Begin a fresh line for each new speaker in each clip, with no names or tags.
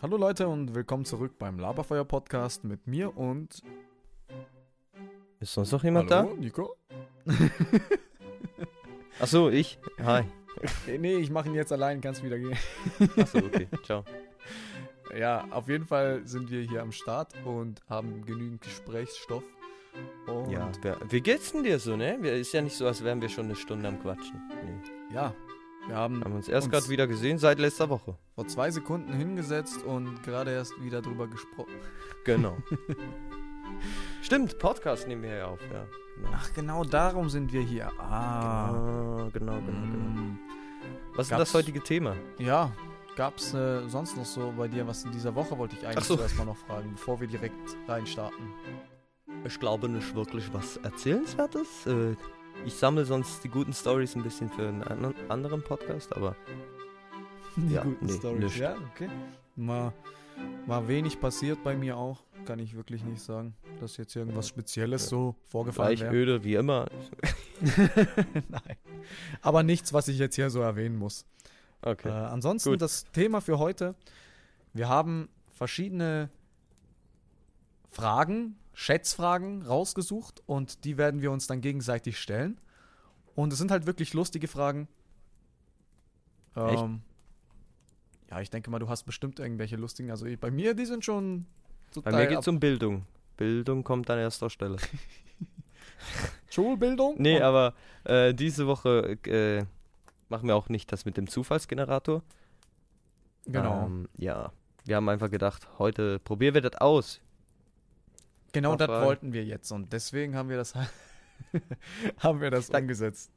Hallo Leute und willkommen zurück beim Laberfeuer Podcast mit mir und
Ist sonst noch jemand
Hallo, Nico.
da? Achso, ich. Hi.
Nee, Äh, nee, ich mache ihn jetzt allein, kannst wieder gehen.
Achso, okay. Ciao.
Ja, auf jeden Fall sind wir hier am Start und haben genügend Gesprächsstoff. Und
Ja.
ja,
wer- Wie geht's denn dir so, ne? Wir- Ist ja nicht so, als wären wir schon eine Stunde am Quatschen. Nee.
wir haben
Haben uns erst
Uns-
gerade wieder gesehen seit letzter Woche.
vor zwei Sekunden hingesetzt und gerade erst wieder drüber gesprochen.
Genau. Stimmt, Podcast nehmen wir ja auf, ja. Genau.
Ach, genau darum sind wir hier. Ah.
Genau, genau, genau, genau.
Mm,
Was ist denn
Gab's-
das heutige Thema?
Ja, gab's äh, sonst noch so bei dir was in dieser Woche, wollte ich eigentlich
Ach so.
zuerst mal noch fragen, bevor wir direkt reinstarten.
Ich glaube nicht wirklich was Erzählenswertes. Äh, Ich sammle sonst die guten Stories ein bisschen für einen anderen- anderen Podcast, aber
Die
Ja,
guten
nee,
Storys.
nischt.
Ja, okay. Mal, mal wenig passiert bei mir auch. Kann ich wirklich nicht sagen, dass jetzt irgendwas Spezielles
Ja.
so vorgefallen
gleich
wäre.
öde wie immer.
Nein. Aber nichts, was ich jetzt hier so erwähnen muss.
Okay.
Äh, ansonsten
Gut.
das Thema für heute. Wir haben verschiedene Fragen, Schätzfragen rausgesucht und die werden wir uns dann gegenseitig stellen. Und es sind halt wirklich lustige Fragen. Ähm,
Echt?
Ja, ich denke mal, du hast bestimmt irgendwelche lustigen. Also ich- bei mir, die sind schon
Bei
total
mir geht es
ab-
um Bildung. Bildung kommt an erster Stelle.
Schulbildung.
Nee,
und-
aber äh, diese Woche äh, machen wir auch nicht das mit dem Zufallsgenerator.
genau.
Ähm, ja, wir haben einfach gedacht, heute probieren wir das aus.
genau
noch
das
Fragen?
wollten wir jetzt und deswegen haben wir das haben wir das
Da-
umgesetzt.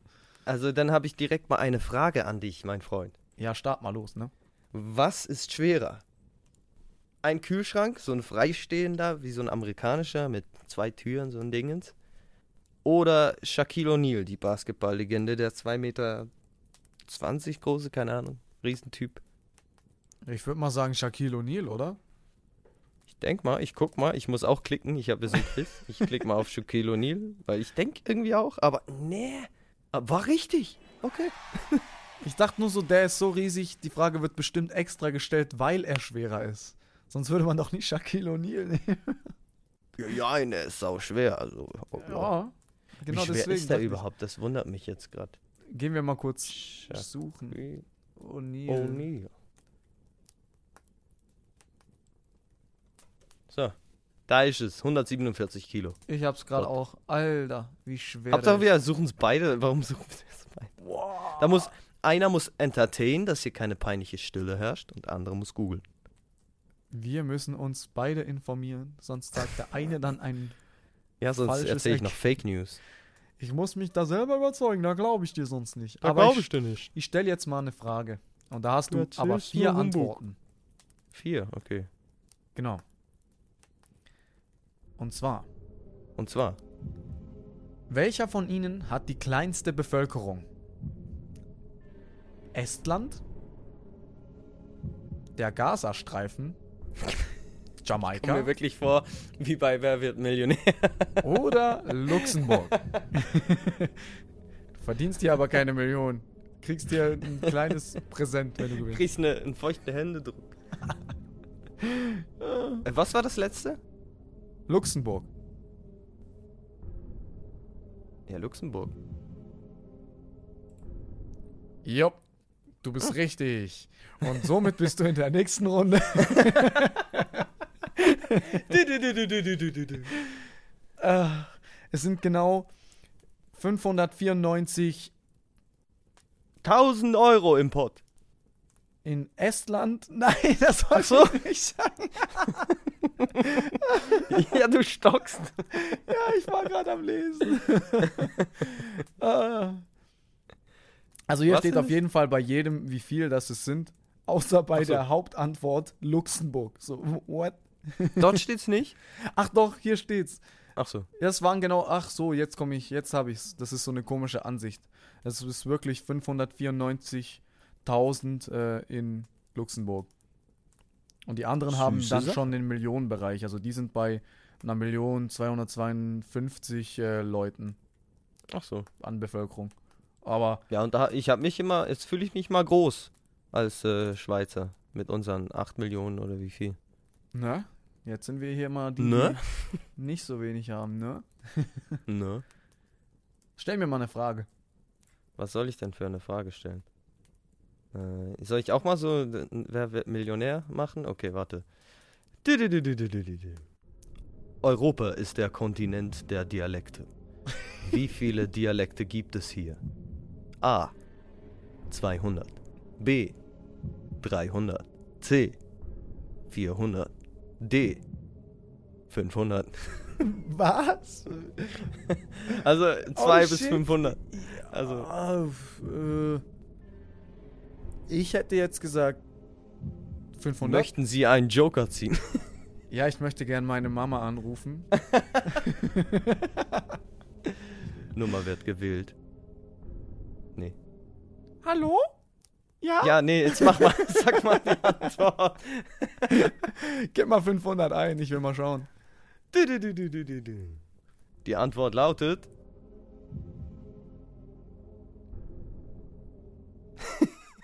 Also dann habe ich direkt mal eine Frage an dich, mein Freund.
Ja, start mal los, ne?
Was ist schwerer? Ein Kühlschrank, so ein freistehender, wie so ein amerikanischer mit zwei Türen, so ein Dingens. Oder Shaquille O'Neal, die Basketballlegende, der 2,20 Meter große, keine Ahnung, Riesentyp.
Ich würde mal sagen Shaquille O'Neal, oder?
Ich denk mal, ich guck mal, ich muss auch klicken. Ich habe so ein Quiz. Ich klick mal auf Shaquille O'Neal, weil ich denk irgendwie auch, aber nee, aber war richtig. Okay.
Ich dachte nur so, der ist so riesig, die Frage wird bestimmt extra gestellt, weil er schwerer ist. Sonst würde man doch nicht Shaquille O'Neal nehmen.
Ja, ja, einer ist sau schwer. Also, oh, ja.
genau
Wie schwer
deswegen.
ist der
dachte ich,
überhaupt? Das wundert mich jetzt gerade.
Gehen wir mal kurz
Shaquille
suchen. O'Neal.
O'Neal. So, da ist es, 147 Kilo.
Ich hab's gerade
Gott.
auch. Alter, wie schwer.
Hauptsache
der ist.
wir suchen es beide. Warum suchen wir es beide?
Wow.
Da muss, einer muss entertain, dass hier keine peinliche Stille herrscht und der andere muss googeln.
Wir müssen uns beide informieren, sonst sagt der eine dann einen.
Ja, sonst
Falsches
erzähle ich
Eck.
noch Fake News.
Ich muss mich da selber überzeugen, da glaube ich dir sonst nicht. Aber
glaub
ich,
dir nicht.
ich stelle jetzt mal eine Frage. Und da hast
Du
du aber
erzählst
vier
nur Humbug.
Antworten.
Vier, okay.
Genau. Und zwar,
Und zwar,
welcher von ihnen hat die kleinste Bevölkerung? Estland? Der Gazastreifen?
kommt
Jamaika?
mir wirklich vor, wie bei Wer wird Millionär.
Oder Luxemburg? du verdienst dir aber keine Million. Kriegst dir ein kleines Präsent, wenn du gewinnst.
Kriegst eine, einen feuchten Händedruck. Äh, Was war das letzte?
Luxemburg.
Ja, Luxemburg.
Jupp. Du
Ah.
bist richtig. Und somit bist du in der nächsten Runde. Äh, es sind genau 594
1000 Euro im Pott.
in Estland. Nein, das war
so.
ich nicht sagen.
ja, du stockst.
Ja, ich war gerade am Lesen. Äh, also hier
Was
steht
denn?
auf jeden Fall bei jedem, wie viel das es sind. Außer bei
Ach so.
der Hauptantwort Luxemburg. So, what?
Dort steht's nicht.
Ach doch, hier steht's.
Ach so.
Das waren genau, ach so, jetzt komme ich, jetzt habe ich's. Das ist so eine komische Ansicht. Es ist wirklich 594.000 äh, in Luxemburg. Und die anderen haben
Süße
dann
Sache.
schon den Millionenbereich. Also die sind bei einer Million 252 äh, Leuten
Ach so.
an Bevölkerung. Aber
Ja, und da, ich habe mich immer, jetzt fühle ich mich mal groß als äh, Schweizer. Mit unseren 8 Millionen oder wie viel?
Ne? Jetzt sind wir hier mal die,
Ne?
die nicht so wenig haben, ne?
Ne?
Stell mir mal eine Frage.
Was soll ich denn für eine Frage stellen? Äh, soll ich auch mal so, äh, wer wird Millionär machen? Okay, warte. Didididididididi. Europa ist der Kontinent der Dialekte. Wie viele Dialekte gibt es hier? A. 200. B. 300. C. 400. D. 500.
Was?
Also 2 bis
shit.
500. Also
Ah, f- äh, ich hätte jetzt gesagt 500.
möchten Sie einen Joker ziehen?
ja, ich möchte gerne meine Mama anrufen.
Nummer wird gewählt.
Hallo? Ja?
Ja, nee, jetzt mach mal, sag mal die Antwort.
Gib mal 500 ein, ich will mal schauen.
Die Antwort lautet.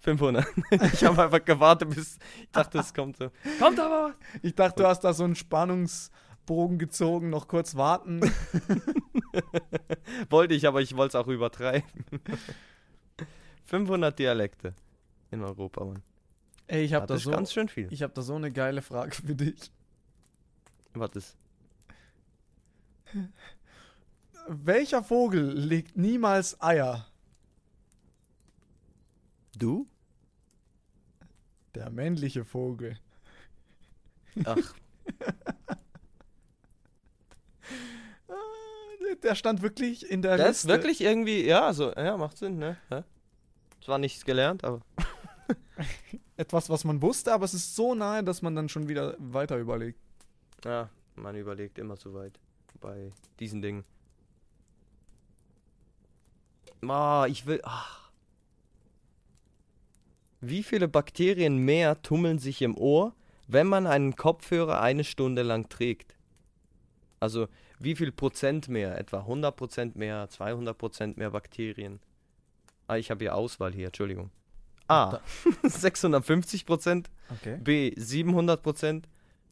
...500. Ich habe einfach gewartet, bis ich dachte, es kommt so. Kommt aber was.
Ich dachte, du hast da so einen Spannungsbogen gezogen, noch kurz warten.
Wollte ich, aber ich wollte es auch übertreiben. 500 Dialekte in Europa, Mann.
Ey, ich habe da,
das ist
so,
ganz schön viel.
ich hab da so eine geile Frage für dich.
Warte. es-
Welcher Vogel legt niemals Eier?
Du?
Der männliche Vogel.
Ach,
Äh, Der stand wirklich in der
Das ist
Liste.
wirklich irgendwie, ja, so, ja, macht Sinn, ne? Ja. Zwar nichts gelernt, aber.
etwas, was man wusste, aber es ist so nahe, dass man dann schon wieder weiter überlegt.
Ja, man überlegt immer zu weit bei diesen Dingen. Ah, ich will. Ach. Wie viele Bakterien mehr tummeln sich im Ohr, wenn man einen Kopfhörer eine Stunde lang trägt? Also, wie viel Prozent mehr? Etwa 100 Prozent mehr, 200 Prozent mehr Bakterien? Ah, ich habe hier Auswahl hier, Entschuldigung. A. 650 Prozent.
Okay.
B 700 Prozent,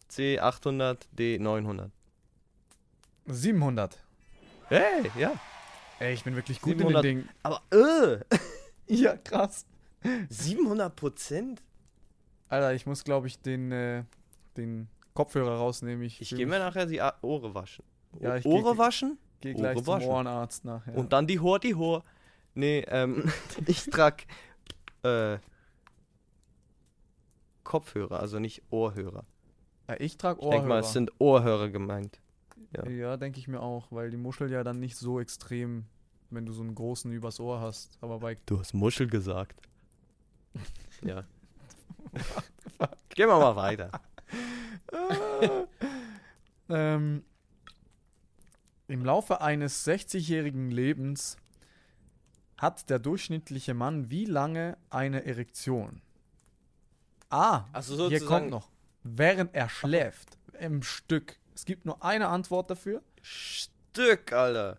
C 800, D 900.
700.
Hey, ja.
Ey, ich bin wirklich gut
700.
in den Ding.
Aber äh,
Ja, krass.
700 Prozent?
Alter, ich muss, glaube ich, den, äh, den Kopfhörer rausnehmen. Ich,
Ich
fühl
gehe mir
mich-
nachher die A- Ohre waschen.
Ja, ich geh-
Ohre waschen
geh gleich
Ohre
zum
waschen.
Ohrenarzt nachher.
und dann die Hor, die Hor. Nee, ähm, ich trag äh, Kopfhörer, also nicht Ohrhörer.
ja, ich trage
Ich denke mal,
Ohrhörer.
es sind Ohrhörer gemeint. ja.
ja, denke ich mir auch, weil die Muschel ja dann nicht so extrem, wenn du so einen großen übers Ohr hast. Aber bei
Du hast Muschel gesagt. ja. Gehen wir mal weiter.
Ähm, Im Laufe eines 60-jährigen Lebens hat der durchschnittliche Mann wie lange eine Erektion? Ah,
Also
hier kommt noch. Während er schläft, im Stück. Es gibt nur eine Antwort dafür.
Stück, Alter.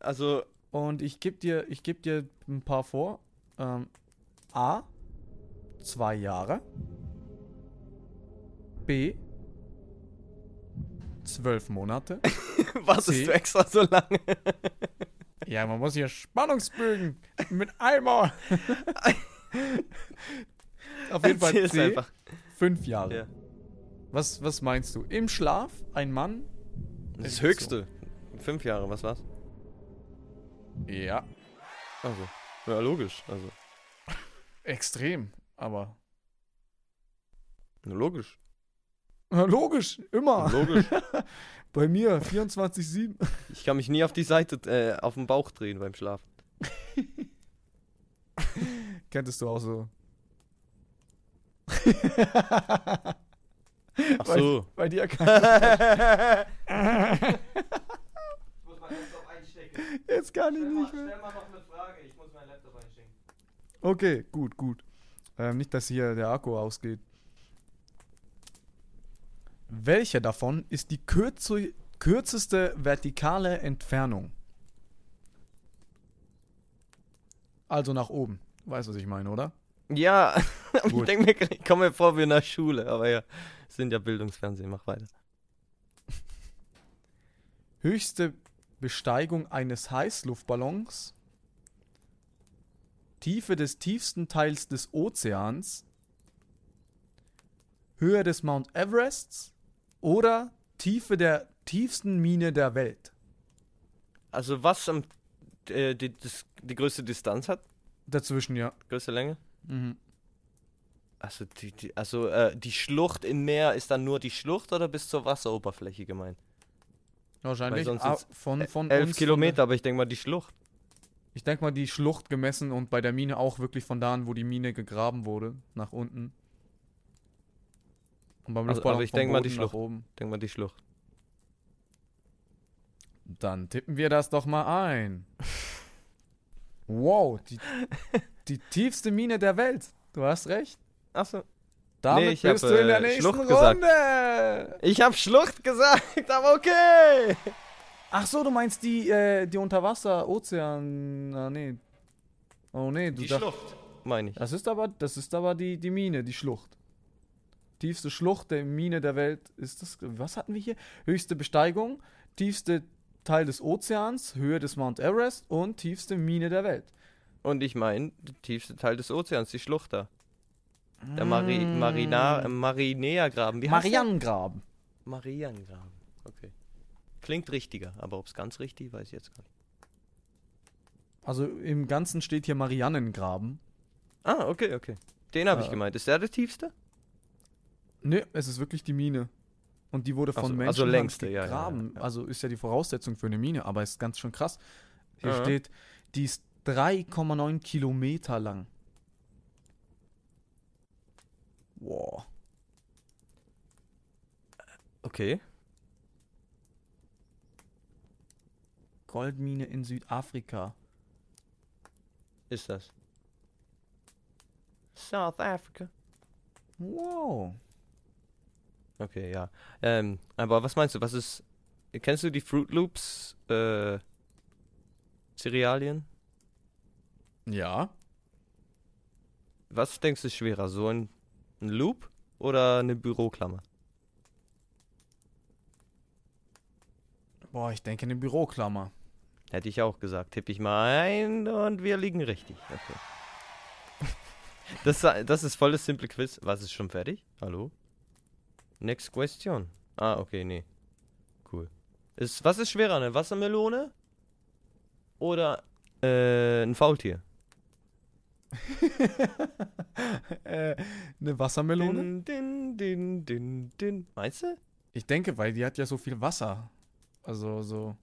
Also
Und ich gebe dir, ich geb dir ein paar vor. Ähm, A. Zwei Jahre. B. Zwölf Monate.
Wartest
C.
du extra so lange?
Ja, man muss hier Spannungsbögen mit Eimer. Auf jeden Fall
Erzähl's
C,
einfach.
fünf Jahre.
Ja.
Was, was meinst du? Im Schlaf ein Mann?
Das
So.
höchste. Fünf Jahre, was war's?
Ja.
Also. Ja, logisch. Also.
Extrem, aber
Logisch.
na, logisch, immer.
Logisch.
Bei mir 24-7.
Ich kann mich nie auf die Seite, äh, auf den Bauch drehen beim Schlafen.
Kenntest du auch so.
Ach so.
Bei dir kann
Ich muss meinen Laptop einstecken.
Jetzt kann ich nicht mehr.
noch eine Frage. Ich muss meinen Laptop einstecken.
Okay, gut, gut. Ähm, nicht, dass hier der Akku ausgeht. Welche davon ist die kürze, kürzeste vertikale Entfernung? Also nach oben. Weißt du, was ich meine, oder?
Ja, Und ich
Gut.
denke mir, grad, ich komme mir vor wie in der Schule, aber ja, sind ja Bildungsfernsehen, mach weiter.
Höchste Besteigung eines Heißluftballons. Tiefe des tiefsten Teils des Ozeans. Höhe des Mount Everests. Oder Tiefe der tiefsten Mine der Welt.
Also was am, äh, die, das, die größte Distanz hat,
Dazwischen, ja.
größte Länge?
Mhm.
Also die, die, also, äh, die Schlucht im Meer ist dann nur die Schlucht oder bis zur Wasseroberfläche gemeint?
Wahrscheinlich
sonst
ah,
sind's
von, von uns,
Elf
von der-
Kilometer, aber ich denke mal die Schlucht.
Ich denke mal, die Schlucht gemessen und bei der Mine auch wirklich von da an, wo die Mine gegraben wurde, nach unten. Und beim
Also,
Luftballon
aber ich
vom
denk mal, die
Boden
Schlucht.
nach oben.
Denk mal die Schlucht.
Dann tippen wir das doch mal ein. Wow, die, die tiefste Mine der Welt. Du hast recht.
Achso.
Damit
Nee, ich
bist
hab,
du in der
äh,
nächsten
Schlucht gesagt.
Runde.
Ich hab Schlucht gesagt, aber okay.
Ach so, du meinst die, äh, die Unterwasser, Ozean. Ah, nee. Oh nee, du dachtest.
Schlucht. Meine ich.
Das ist aber, das ist aber die, die Mine, die Schlucht. Tiefste Schlucht der Mine der Welt ist das. Was hatten wir hier? Höchste Besteigung, tiefste Teil des Ozeans, Höhe des Mount Everest und tiefste Mine der Welt.
Und ich meine, der tiefste Teil des Ozeans, die Schlucht da.
Mm.
Der Mari Marina äh, Marinea-Graben. Wie heißt der?
Marianengraben.
Marianengraben. Okay. Klingt richtiger, aber ob es ganz richtig, weiß ich jetzt gar nicht.
Also im Ganzen steht hier Marianengraben.
Ah, okay, okay. Den habe ich
Ja.
gemeint. Ist der der tiefste?
Ne, es ist wirklich die Mine. Und die wurde von
Ach so,
Menschen
also längste, ja, ja,
gegraben.
ja, ja.
Also ist ja die Voraussetzung für eine Mine, aber ist ganz schön krass. Hier
Ja.
steht, die ist 3,9 Kilometer lang. Wow.
Okay.
Goldmine in Südafrika.
Ist das. South Africa.
Wow.
Okay, ja. Ähm, aber was meinst du, was ist. Kennst du die Fruit Loops äh, Cerealien?
Ja.
Was denkst du ist schwerer? So ein, ein Loop oder eine Büroklammer?
Boah, ich denke eine Büroklammer.
Hätte ich auch gesagt. Tipp ich mal ein und wir liegen richtig. Okay. Das, sa- das ist volles simple Quiz. Was ist schon fertig? Hallo? Next question. Ah, okay, nee. Cool. Ist, was ist schwerer, eine Wassermelone oder äh, ein Faultier?
äh, eine Wassermelone?
Din, din, din, din, din. Meinst du?
Ich denke, weil die hat ja so viel Wasser. Also so.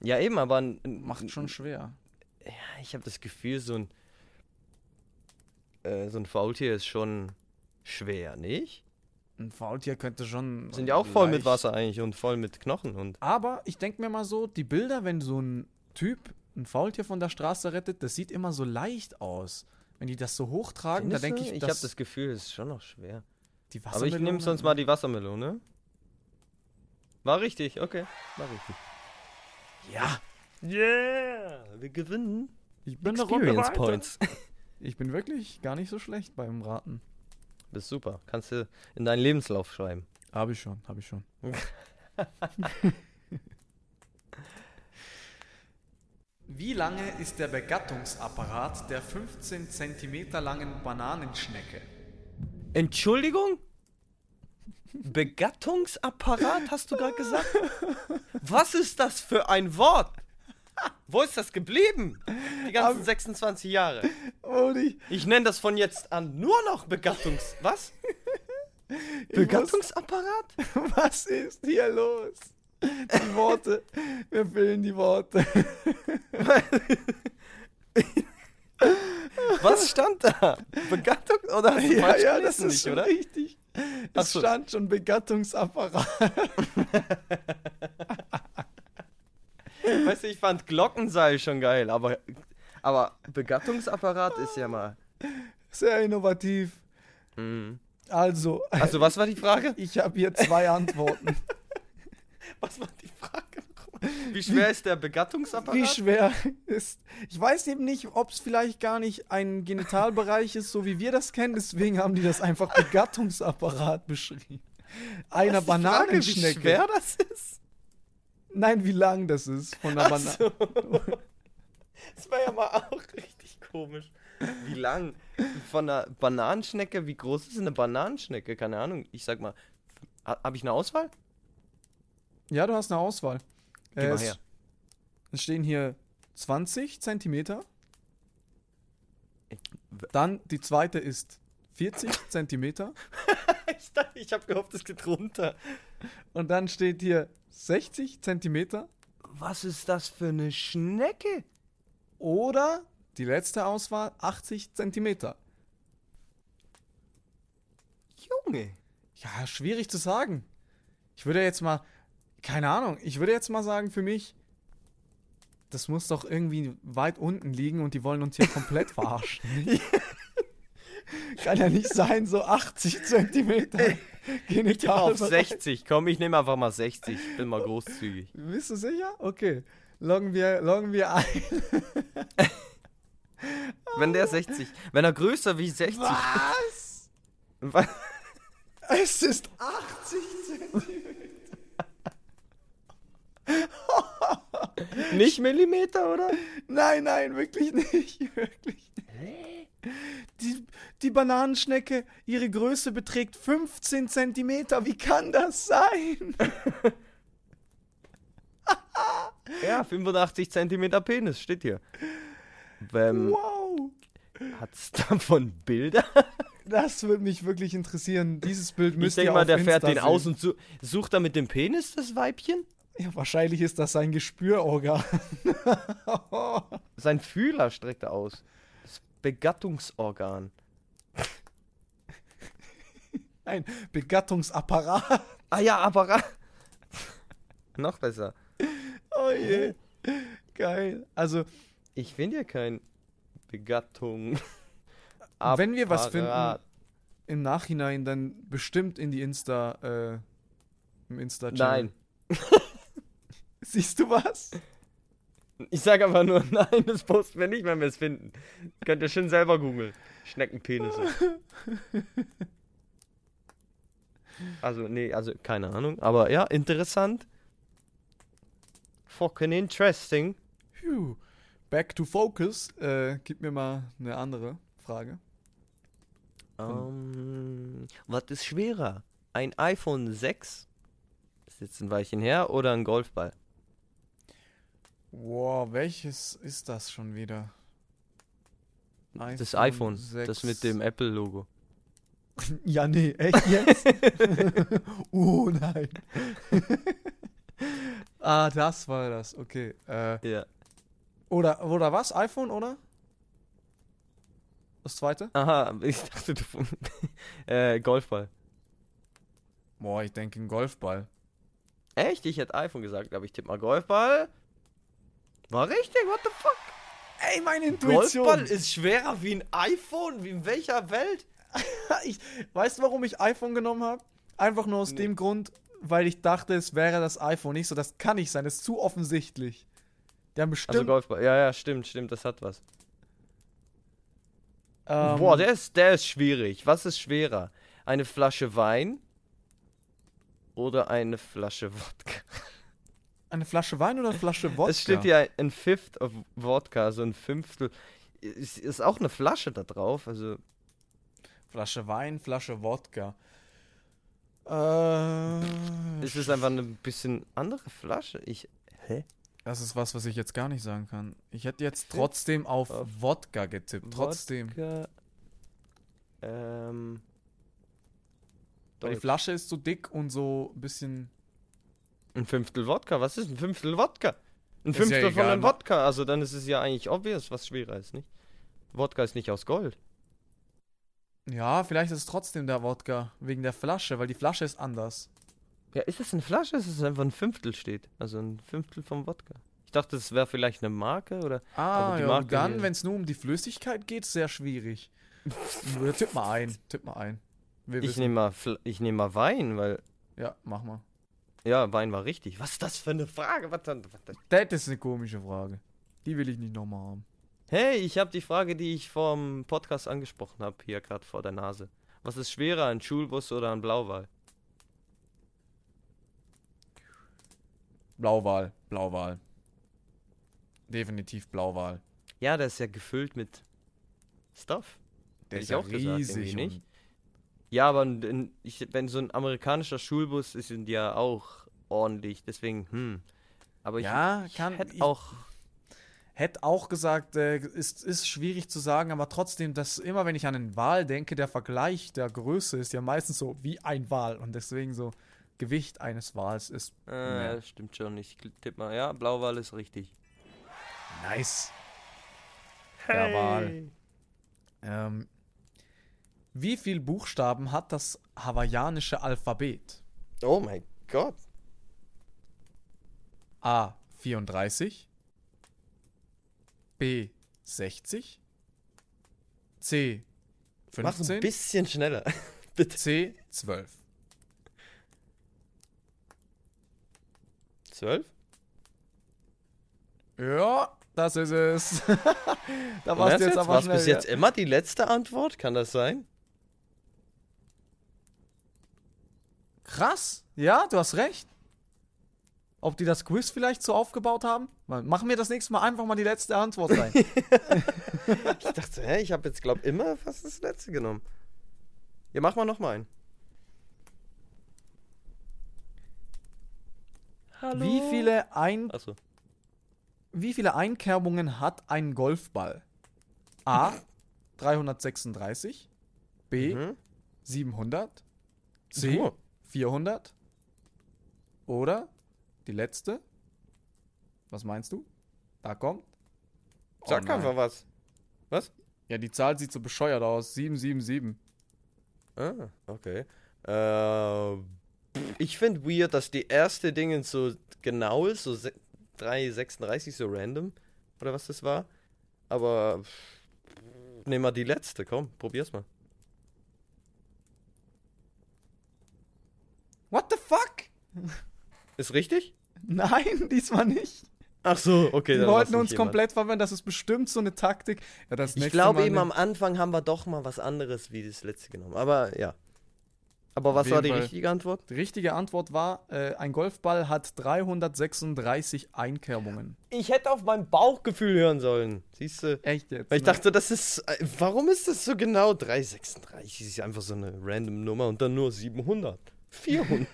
Ja, eben, aber ein, ein,
Macht schon schwer.
Ich habe das Gefühl, so ein, äh, so ein Faultier ist schon schwer, nicht?
Ein Faultier könnte schon.
Sind ja auch voll mit
leicht-
Wasser eigentlich und voll mit Knochen und.
Aber ich denke mir mal so, die Bilder, wenn so ein Typ ein Faultier von der Straße rettet, das sieht immer so leicht aus. Wenn die das so hochtragen, da denke ich,
ich habe
dass
das Gefühl, es ist schon noch schwer.
die
Aber ich nehme sonst mal die Wassermelone. War richtig, okay. War richtig.
Ja,
Yeah! Wir gewinnen.
ich bin eine Runde
Experience
weiter.
Points.
Ich bin wirklich gar nicht so schlecht beim Raten.
Das ist super. Kannst du in deinen Lebenslauf schreiben.
Habe ich schon, habe ich schon. Wie lange ist der Begattungsapparat der 15 cm langen Bananenschnecke?
Entschuldigung? Begattungsapparat, hast du gerade gesagt? Was ist das für ein Wort? Wo ist das geblieben? Die ganzen 26 Jahre.
Oh, die,
Ich nenne das von jetzt an nur noch Begattungs... Was?
muss-
Begattungsapparat?
Was ist hier los? Die Worte. Mir fehlen die Worte.
Was stand da? Begattung oder hast du falsch gelesen, nicht,
schon
oder?
richtig.
Ach
Es
so.
stand schon Begattungsapparat.
Weißt du, ich fand Glockenseil schon geil, aber, aber Begattungsapparat ist ja mal...
Sehr innovativ.
Mhm.
Also,
Also, was war die Frage?
ich habe hier zwei Antworten.
Was war die Frage nochmal? Wie schwer ist der Begattungsapparat?
Wie schwer ist. Ich weiß eben nicht, ob es vielleicht gar nicht ein Genitalbereich ist, so wie wir das kennen. Deswegen haben die das einfach Begattungsapparat beschrieben. Einer
Das ist die Frage, Wie
Bananenschnecke.
schwer das ist?
Nein, wie lang das ist von einer
Ach
Banane.
so. Das war ja mal auch richtig komisch. Wie lang? Von einer Bananenschnecke, wie groß ist eine Bananenschnecke? Keine Ahnung. Ich sag mal, habe ich eine Auswahl?
Ja, du hast eine Auswahl.
Geh mal
es,
her.
es stehen hier 20 Zentimeter.
Ich-
Dann die zweite ist 40 Zentimeter.
Ich dachte, ich habe gehofft, es geht runter.
Und dann steht hier 60 Zentimeter.
Was ist das für eine Schnecke?
Oder die letzte Auswahl 80 Zentimeter.
Junge.
Ja, schwierig zu sagen. Ich würde jetzt mal, keine Ahnung, ich würde jetzt mal sagen für mich, das muss doch irgendwie weit unten liegen und die wollen uns hier komplett verarschen. Kann ja nicht sein, so 80 Zentimeter. Genital.
Auf 60. Komm, ich nehme einfach mal 60. Ich bin mal großzügig.
Bist du sicher? Okay. Loggen wir, loggen wir ein.
Wenn der 60. Wenn er größer wie 60.
Was?
Was?
Es ist 80 Zentimeter.
Nicht Millimeter, oder?
Nein, nein, wirklich nicht. Wirklich nicht. Die, die Bananenschnecke, ihre Größe beträgt 15 Zentimeter. Wie kann das sein?
Äh. Ja, 85 Zentimeter Penis steht hier. Ähm,
Wow.
hat's davon Bilder?
Das würde mich wirklich interessieren. Dieses Bild
Ich
müsst ihr
denke
auf
mal, der
Insta
fährt den
sehen.
aus und su sucht da mit dem Penis das Weibchen?
Ja, wahrscheinlich ist das sein Gespürorgan.
Sein Fühler streckt er aus. Das Begattungsorgan.
Ein Begattungsapparat.
Ah ja, Apparat. Noch besser.
Oh je. Geil. Also,
Ich finde ja kein Begattung.
Wenn wir was
Apparat.
im Nachhinein dann bestimmt in die Insta, äh, im Insta-Channel.
Nein.
Siehst du was?
Ich sage einfach nur, nein, das posten wir nicht, wenn wir es finden. Könnt ihr schön selber googeln. Schneckenpenisse. Also, nee, also keine Ahnung. Aber ja, interessant. Fucking interesting.
Phew. Back to focus. Äh, gib mir mal eine andere Frage.
Ähm, was ist schwerer? Ein iPhone 6? Ist jetzt ein Weilchen her oder ein Golfball?
Wow, welches ist das schon wieder?
das iPhone, das mit
6.
dem Apple-Logo.
Ja, nee, echt jetzt? oh nein. ah, das war das, okay. Äh,
Ja.
oder, oder was? iPhone, oder? Das zweite?
Aha, ich dachte, du. äh, Golfball.
Boah, ich denke ein Golfball.
Echt? Ich hätte iPhone gesagt, aber ich tippe mal Golfball. War richtig, what the fuck?
Ey, meine Intuition.
Golfball ist schwerer wie ein iPhone? Wie in welcher Welt?
ich, weißt du, warum ich iPhone genommen habe? Einfach nur aus dem Grund, weil ich dachte, es wäre das iPhone nicht so. Das kann nicht sein, das ist zu offensichtlich. Die haben bestimmt.
Also Golfball. Ja, ja, stimmt, stimmt, das hat was.
ähm,
Boah, der ist, der ist schwierig. Was ist schwerer? Eine Flasche Wein oder eine Flasche Wodka?
eine Flasche Wein oder eine Flasche Wodka?
Es steht hier ein Fifth of Wodka, so ein Fünftel. Ist, ist auch eine Flasche da drauf, also
Flasche Wein, Flasche Wodka. Äh,
ist es einfach eine bisschen andere Flasche. Ich. Hä?
das ist was, was ich jetzt gar nicht sagen kann. Ich hätte jetzt trotzdem auf
Äh, Auf
Wodka getippt. Trotzdem.
Wodka, ähm.
Weil die
Deutsch.
Flasche ist so dick und so ein bisschen.
Ein Fünftel Wodka, was ist ein Fünftel Wodka? Ein
Ist ja
Fünftel von
egal,
einem
ne?
Wodka, also dann ist es ja eigentlich obvious, was schwerer ist, nicht? Wodka ist nicht aus Gold.
Ja, vielleicht ist es trotzdem der Wodka. Wegen der Flasche, weil die Flasche ist anders.
Ja, ist es eine Flasche? Ist es einfach ein Fünftel steht? Also ein Fünftel vom Wodka. Ich dachte, es wäre vielleicht eine Marke oder.
Ah,
Aber die
ja,
Marke
und dann,
hier-
wenn es nur um die Flüssigkeit geht, sehr schwierig. Oder tipp mal ein, tipp mal ein. Wir
Ich
wissen-
nehme mal, Fl- ich nehm mal Wein, weil
ja, mach mal.
Ja, Wein war richtig. Was ist das für eine Frage? Was dann, was dann?
Das ist eine komische Frage. Die will ich nicht nochmal haben.
Hey, ich habe die Frage, die ich vom Podcast angesprochen habe, hier gerade vor der Nase. Was ist schwerer, ein Schulbus oder ein Blauwal?
Blauwahl, Blauwahl. Definitiv Blauwahl.
Ja, der ist ja gefüllt mit Stuff.
Der
Hätte
ist
ich
ja
auch gesagt,
riesig.
irgendwie nicht.
und-
Ja, aber ein- ein- ich, wenn so ein amerikanischer Schulbus ist, sind die ja auch ordentlich. Deswegen, hm. Aber ich,
Ja,
ich
kann-
hätte
ich-
auch.
Hätte auch gesagt, äh, ist, ist schwierig zu sagen, aber trotzdem, dass immer wenn ich an einen Wal denke, der Vergleich der Größe ist ja meistens so wie ein Wal und deswegen so Gewicht eines Wals ist
Äh, ja.
ja.
das stimmt schon. Ich tippe mal, ja, Blauwal ist richtig.
nice. Der Wal. Ähm, wie viel Buchstaben hat das hawaiianische Alphabet?
Oh mein Gott.
A 34, B 60, C
Mach ein
15,
bisschen schneller. Bitte.
C 12.
Zwölf?
Ja, das ist es. da warst
War's
du jetzt aber
War's
schnell.
bis
ja.
jetzt immer die letzte Antwort? Kann das sein?
Krass. Ja, du hast recht. Ob die das Quiz vielleicht so aufgebaut haben? Mal- Machen wir das nächste Mal einfach mal die letzte Antwort rein.
Ich dachte, hä, ich habe jetzt, glaube immer fast das letzte genommen. Ja, mach mal noch mal einen. Hallo?
wie, viele Ein
Achso.
wie viele Einkerbungen hat ein Golfball? A. 336. B.
Mhm.
700. C.
Oh.
400. Oder die letzte. Was meinst du? Da kommt. Oh
Sag
nein.
einfach was. Was?
Ja, die Zahl sieht so bescheuert aus. 777.
Ah, okay. Ähm, ich finde weird, dass die erste Dingens so genau ist, so se- 336, so random. Oder was das war. Aber pff, nehmen wir die letzte, komm, probier's mal.
What the fuck?
Ist richtig?
Nein, diesmal nicht.
Ach so, okay.
Die
dann lass
wollten
mich
uns
jemand.
komplett verwirren. Das ist bestimmt so eine Taktik. Ja, das
Ich
nächste
glaube
Mal
eben
ne-
am Anfang haben wir doch mal was anderes wie das letzte genommen. Aber ja. Aber was
Auf
war
jeden
die
Fall.
richtige Antwort?
Die richtige Antwort war, äh, ein Golfball hat 336 Einkerbungen.
Ich hätte auf mein Bauchgefühl hören sollen. Siehst du?
Echt jetzt?
Weil ich
ne?
dachte, das ist. äh, Warum ist das so genau? 336 ist einfach so eine random Nummer und dann nur 700. 400.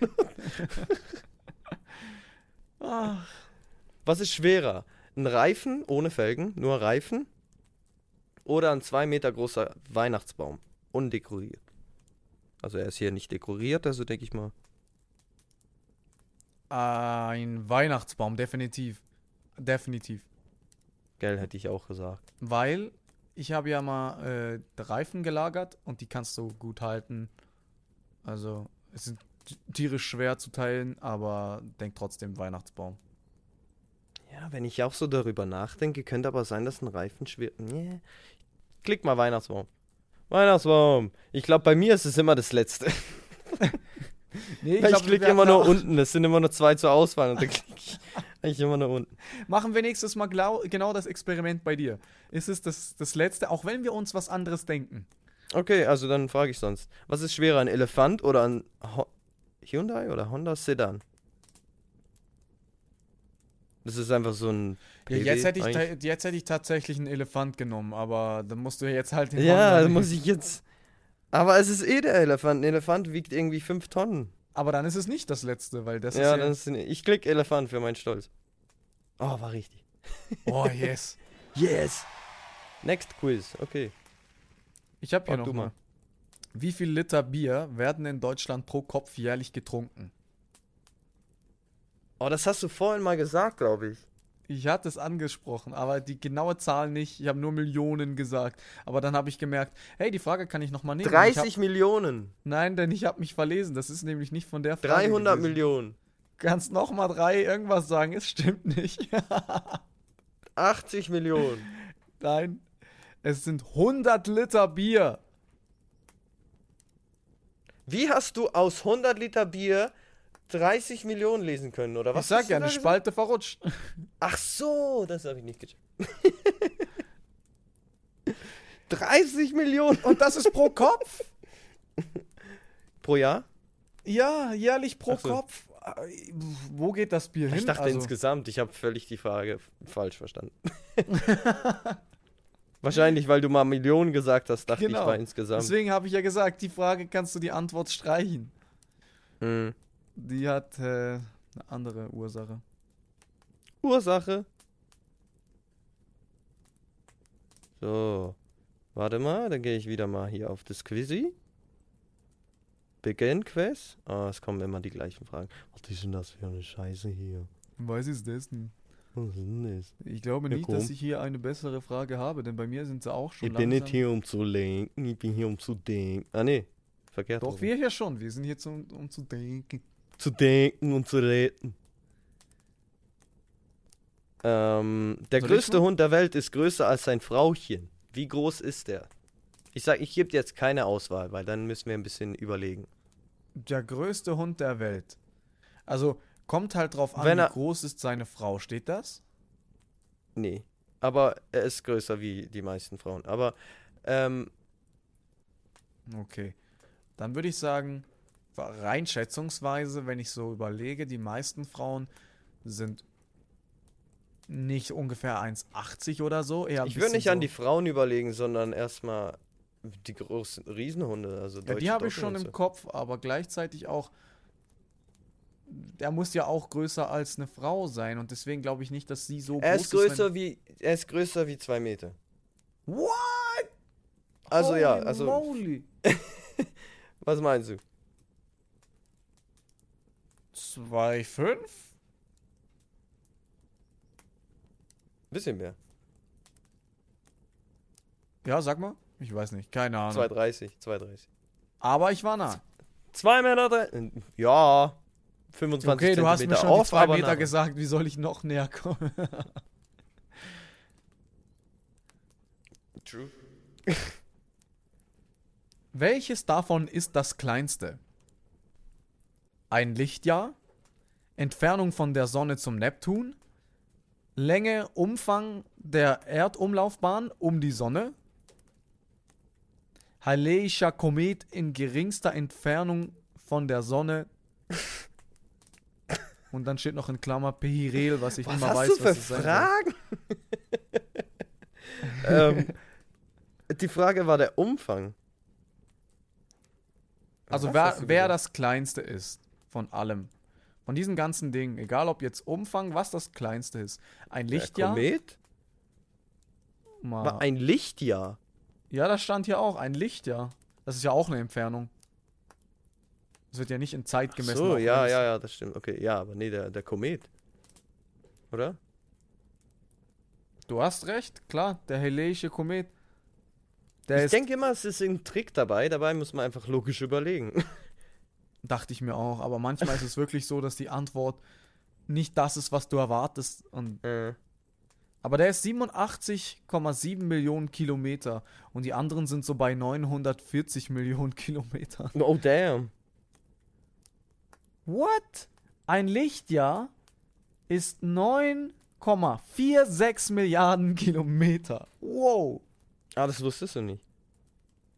Ach,
Was ist schwerer? Ein Reifen ohne Felgen, nur Reifen? Oder ein zwei Meter großer Weihnachtsbaum, undekoriert? Also er ist hier nicht dekoriert, also denke ich mal.
ein Weihnachtsbaum, definitiv. Definitiv.
Gell, hätte ich auch gesagt.
Weil ich habe ja mal äh, Reifen gelagert und die kannst du gut halten. Also, es sind t- tierisch schwer zu teilen, aber denk trotzdem Weihnachtsbaum.
Ja, wenn ich auch so darüber nachdenke, könnte aber sein, dass ein Reifen schwer. Nee. Klick mal Weihnachtsbaum. Weihnachtsbaum. Ich glaube, bei mir ist es immer das Letzte.
Nee,
Ich,
glaub,
klicke
wir
immer
hatten
nur
auch-
unten, es sind immer nur zwei zur Auswahl und dann klicke ich eigentlich immer nur unten.
Machen wir nächstes Mal glau- genau das Experiment bei dir. Ist es das, das letzte, auch wenn wir uns was anderes denken?
Okay, also dann frage ich sonst. Was ist schwerer, ein Elefant oder ein Ho Hyundai oder Honda Sedan? Das ist einfach so ein.
Ja,
PW
jetzt, hätte ich
eigentlich.
ta- jetzt hätte ich tatsächlich einen Elefant genommen, aber dann musst du ja jetzt halt den
Ja,
Honda-
dann muss ich jetzt. Aber es ist eh der Elefant. Ein Elefant wiegt irgendwie 5 Tonnen.
Aber dann ist es nicht das letzte, weil das
ja,
ist
dann ist, ich klicke Elefant für meinen Stolz. Oh, war richtig.
Oh, yes.
Yes! Next Quiz, okay.
Ich habe hier
Frag
noch
du mal.
mal. Wie viel Liter Bier werden in Deutschland pro Kopf jährlich getrunken?
Oh, das hast du vorhin mal gesagt, glaube ich.
Ich hatte es angesprochen, aber die genaue Zahl nicht. Ich habe nur Millionen gesagt. Aber dann habe ich gemerkt, hey, die Frage kann ich nochmal nehmen. Ich hab,
30 Millionen.
nein, denn ich habe mich verlesen. Das ist nämlich nicht von der Frage.
300
gewesen.
Millionen.
Kannst nochmal drei irgendwas sagen. Es stimmt nicht.
80 Millionen.
nein, es sind 100 Liter Bier.
Wie hast du aus 100 Liter Bier 30 Millionen lesen können, oder was?
ich sag
hast du
ja,
da
eine
gesagt?
Spalte verrutscht.
Ach so, das habe ich nicht gecheckt. 30 Millionen
Und das ist pro Kopf.
pro Jahr?
Ja, jährlich pro
Ach so.
Kopf. Äh, Wo geht das Bier hin?
Ich dachte
Also-
insgesamt, ich habe völlig die Frage f- falsch verstanden. Wahrscheinlich, weil du mal Millionen gesagt hast, dachte
Genau.
ich war insgesamt.
Deswegen habe ich ja gesagt, die Frage kannst du die Antwort streichen.
Mm.
Die hat äh, eine andere Ursache.
Ursache. So. Warte mal, dann gehe ich wieder mal hier auf das Quizzy. Begin Quest. Ah, es kommen immer die gleichen Fragen. Was ist denn das für eine Scheiße hier?
Weiß ich das denn?
Was ist denn das?
Ich glaube
Ja,
nicht,
komm.
dass ich hier eine bessere Frage habe, denn bei mir sind sie auch schon
ich bin
langsam.
nicht hier, um zu lenken, ich bin hier, um zu denken. Ah, nee. Verkehrt.
Doch,
rum.
wir ja schon. Wir sind hier, zum, um zu denken.
zu denken und zu reden. Ähm, der
Soll ich
größte Hund der Welt ist größer als sein Frauchen. Wie groß ist er? Ich sag, ich gebe jetzt keine Auswahl, weil dann müssen wir ein bisschen überlegen.
Der größte Hund der Welt. Also, kommt halt drauf an,
Wenn
wie
er-
groß ist seine Frau. Steht das?
Nee. Aber er ist größer wie die meisten Frauen. Aber ähm,
Okay. Dann würde ich sagen, rein schätzungsweise, wenn ich so überlege, die meisten Frauen sind nicht ungefähr 1,80 oder so. Eher ein
ich würde
bisschen
nicht an
so-
die Frauen überlegen, sondern erstmal die großen Riesenhunde. Also
Ja,
deutsche
die habe ich
Doggen
schon
und
im
so.
Kopf, aber gleichzeitig auch. Der muss ja auch größer als eine Frau sein und deswegen glaube ich nicht, dass sie so
Er
groß ist.
ist
wenn-
größer wie er ist größer wie zwei Meter.
What?
Also ja,
Holy
also
Moly.
was meinst du?
2,5?
Bisschen mehr.
Ja, sag mal. Ich weiß nicht, keine Ahnung.
230, 230.
Aber ich war nah.
2 Meter, drei, ja, 25
Okay, du hast mir
Zentimeter
schon die
auf,
zwei
aber
Meter
nah.
gesagt, wie soll ich noch näher kommen?
True.
Welches davon ist das kleinste? Ein Lichtjahr? Entfernung von der Sonne zum Neptun? Länge, Umfang der Erdumlaufbahn um die Sonne? Halleischer Komet in geringster Entfernung von der Sonne. Und dann steht noch in Klammer Pehirel, was ich
Was
nicht mal
hast
weiß,
du für
was es sein soll.
Fragen? ähm, die Frage war der Umfang.
Also
Was
wer,
hast du
wer
gesagt?
das kleinste ist von allem. Von diesen ganzen Dingen, egal ob jetzt Umfang, was das kleinste ist. Ein
Der
Lichtjahr. Ah.
Komet?
Mal-
War ein Lichtjahr.
ja, das stand hier auch. Ein Lichtjahr. Das ist ja auch eine Entfernung. Das wird ja nicht in Zeit
Ach
gemessen. auch
so,
wenn
ja,
es-
ja, ja, das stimmt. Okay, ja, aber nee, der, der Komet. Oder?
Du hast recht, klar. Der helleische Komet. Der
ich
ist,
denke immer, es ist ein Trick dabei. Dabei muss man einfach logisch überlegen.
dachte ich mir auch. Aber manchmal ist es wirklich so, dass die Antwort nicht das ist, was du erwartest. Und
Äh,
Aber der ist 87,7 Millionen Kilometer und die anderen sind so bei 940 Millionen Kilometer.
oh, damn.
What? Ein Lichtjahr ist 9,46 Milliarden Kilometer. Wow.
Ah, das wusstest du nicht.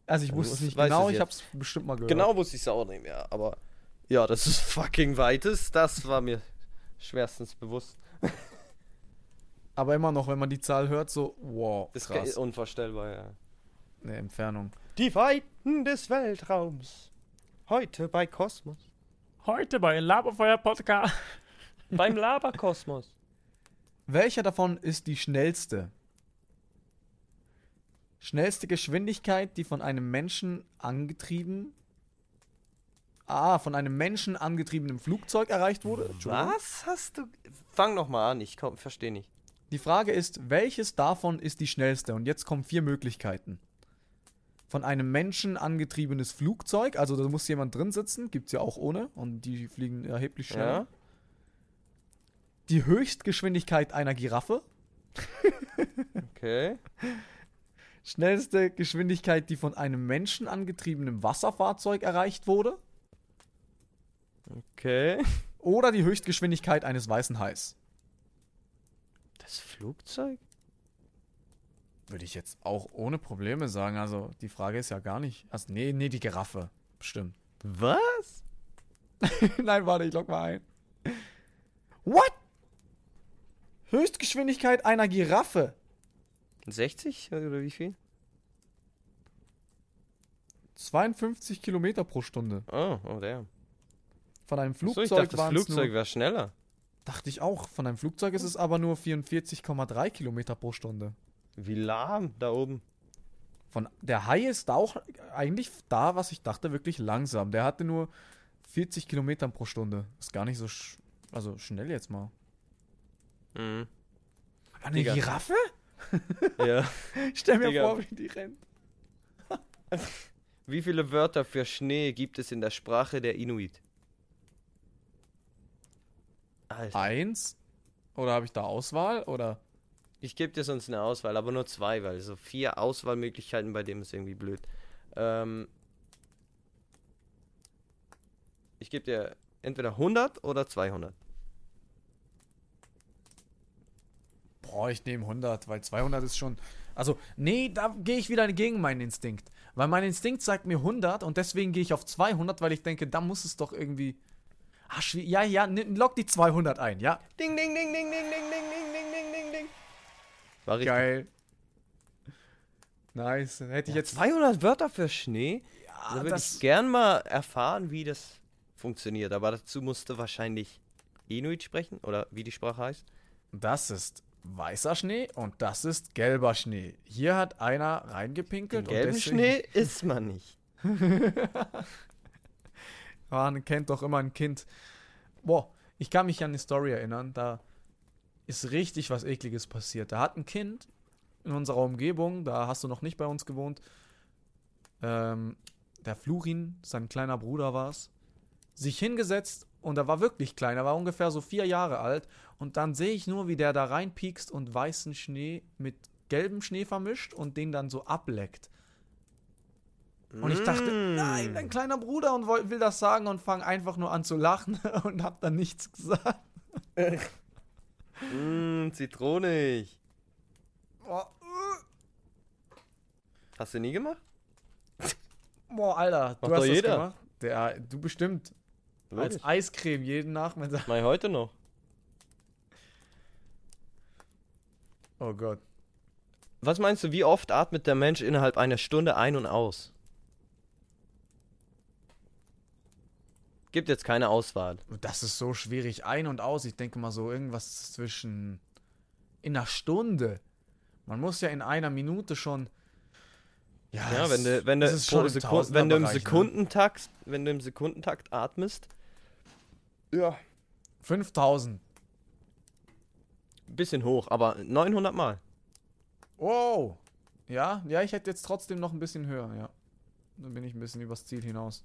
Also ich
Ja,
wusste es
wusste-
nicht
weiß
genau,
es
ich
jetzt.
hab's bestimmt mal gehört.
Genau wusste ich es auch nicht mehr, aber ja, das ist fucking weites. Das war mir schwerstens bewusst.
Aber immer noch, wenn man die Zahl hört, so, wow,
Das ist
krass.
unvorstellbar, ja.
Eine Entfernung.
Die Weiten des Weltraums. Heute bei Kosmos.
Heute bei Laberfeuer Podcast.
Beim Laberkosmos.
Welcher davon ist die schnellste? Schnellste Geschwindigkeit, die von einem Menschen angetrieben. Ah, von einem Menschen angetriebenen Flugzeug erreicht wurde. Entschuldigung.
Was hast du. Fang nochmal an, ich komm, verstehe nicht.
Die Frage ist, welches davon ist die schnellste? Und jetzt kommen vier Möglichkeiten. Von einem Menschen angetriebenes Flugzeug, also da muss jemand drin sitzen, gibt's ja auch ohne, und die fliegen erheblich schneller.
Ja?
Die Höchstgeschwindigkeit einer Giraffe.
Okay.
Schnellste Geschwindigkeit, die von einem Menschen angetriebenen Wasserfahrzeug erreicht wurde.
Okay.
Oder die Höchstgeschwindigkeit eines weißen Hais.
Das Flugzeug?
Würde ich jetzt auch ohne Probleme sagen. Also die Frage ist ja gar nicht. Also, nee, nee, die Giraffe. Bestimmt.
Was?
Nein, warte, ich log mal ein. What? Höchstgeschwindigkeit einer Giraffe.
60 oder wie viel?
52 Kilometer pro Stunde.
Oh, oh damn.
Von einem
Flugzeug
Flugzeug
so, ich dachte, das
waren's
Flugzeug
Nur,
wäre schneller.
dachte ich auch. Von einem Flugzeug ist es aber nur 44,3 Kilometer pro Stunde.
Wie lahm da oben.
Von, der Hai ist da auch eigentlich da, was ich dachte, wirklich langsam. Der hatte nur 40 Kilometer pro Stunde. Ist gar nicht so sch also schnell jetzt mal.
Mhm.
Eine
Digga.
Giraffe?
Ja.
Stell mir
Digga.
vor, wie die rennt.
Wie viele Wörter für Schnee gibt es in der Sprache der Inuit? Alter.
Eins? Oder habe ich da Auswahl? Oder
Ich gebe dir sonst eine Auswahl, aber nur zwei, weil so vier Auswahlmöglichkeiten bei dem ist irgendwie blöd. Ähm, ich gebe dir entweder 100 oder 200.
Boah, ich nehme 100, weil 200 ist schon. Also, nee, da gehe ich wieder gegen meinen Instinkt. Weil mein Instinkt sagt mir 100 und deswegen gehe ich auf 200, weil ich denke, da muss es doch irgendwie. Ah, schwie- ja, ja, nimm- log die 200 ein, ja.
Ding, ding, ding, ding, ding, ding, ding, ding, ding, ding, ding, ding. War richtig.
Geil. Nice. Dann Hätte ich jetzt.
200 Wörter für Schnee?
Ah,
da würde
das-
ich gern mal erfahren, wie das funktioniert. Aber dazu musste wahrscheinlich Inuit sprechen oder wie die Sprache heißt.
Das ist weißer Schnee und das ist gelber Schnee. Hier hat einer
Den
reingepinkelt und
gelben
deswegen,
Schnee isst man nicht.
Ah, Man kennt doch immer ein Kind. Boah, ich kann mich an eine Story erinnern, da ist richtig was Ekliges passiert. Da hat ein Kind in unserer Umgebung, da hast du noch nicht bei uns gewohnt, ähm, der Florin, sein kleiner Bruder war es, sich hingesetzt und er war wirklich klein, er war ungefähr so vier Jahre alt und dann sehe ich nur, wie der da reinpiekst und weißen Schnee mit gelbem Schnee vermischt und den dann so ableckt. Und ich dachte,
Mm.
nein, mein kleiner Bruder und woll- will das sagen und fang einfach nur an zu lachen und hab dann nichts gesagt.
Mm, zitronig.
Boah,
Hast du nie gemacht?
boah Alter, du
Macht
hast
doch
das
jeder.
gemacht. Der, du bestimmt als Eiscreme jeden Nachmittag.
Mal heute noch.
Oh Gott.
Was meinst du, wie oft atmet der Mensch innerhalb einer Stunde ein und aus? Gibt jetzt keine Auswahl.
Das ist so schwierig. Ein und aus. Ich denke mal so irgendwas zwischen. In einer Stunde. Man muss ja in einer Minute schon.
Ja, wenn du, wenn
das Ah,
du,
ist
pro
schon im
Sekund, wenn du im
Tausenderbereich, ne?
Sekundentakt, wenn du im Sekundentakt atmest, ja,
5000.
bisschen hoch, aber 900 Mal.
Wow. Ja, ja, ich hätte jetzt trotzdem noch ein bisschen höher, ja. Dann bin ich ein bisschen übers Ziel hinaus.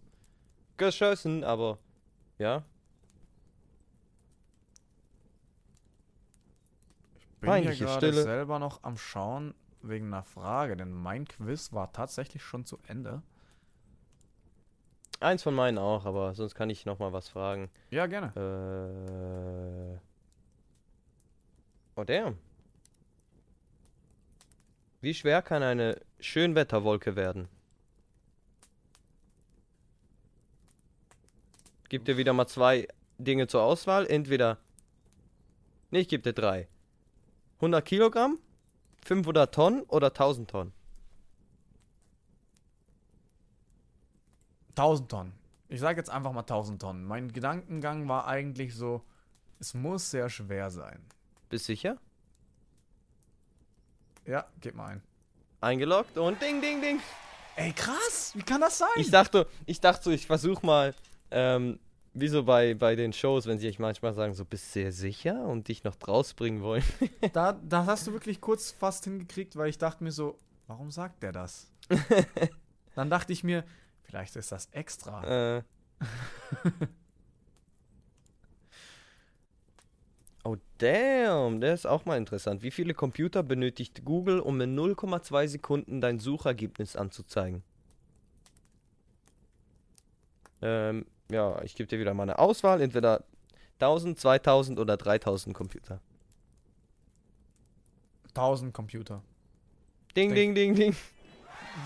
Geschossen, aber ja.
Bin
Peinliche
hier gerade
Stille.
selber noch am Schauen wegen einer Frage, denn mein Quiz war tatsächlich schon zu Ende.
Eins von meinen auch, aber sonst kann ich noch mal was fragen.
Ja, gerne.
Äh. Oh, damn. Wie schwer kann eine Schönwetterwolke werden? Gib dir wieder mal zwei Dinge zur Auswahl. Entweder. Nee, ich gebe dir drei. 100 Kilogramm, 500 Tonnen oder 1000 Tonnen.
1000 Tonnen. Ich sage jetzt einfach mal 1000 Tonnen. Mein Gedankengang war eigentlich so, es muss sehr schwer sein.
Bist sicher?
Ja, gib mal ein.
Eingeloggt und ding, ding, ding.
Ey, krass, wie kann das sein?
Ich dachte, ich dachte so, ich versuche mal, ähm, wie so bei, bei den Shows, wenn sie euch manchmal sagen, so bist du dir sicher und dich noch rausbringen wollen.
da, das hast du wirklich kurz fast hingekriegt, weil ich dachte mir so, warum sagt der das? Dann dachte ich mir, vielleicht ist das extra.
Äh. oh damn, der ist auch mal interessant. Wie viele Computer benötigt Google, um in 0,2 Sekunden dein Suchergebnis anzuzeigen? Ähm, ja, ich gebe dir wieder mal eine Auswahl, entweder 1000, 2000 oder 3000 Computer.
1000 Computer.
Ding, ding, ding, ding.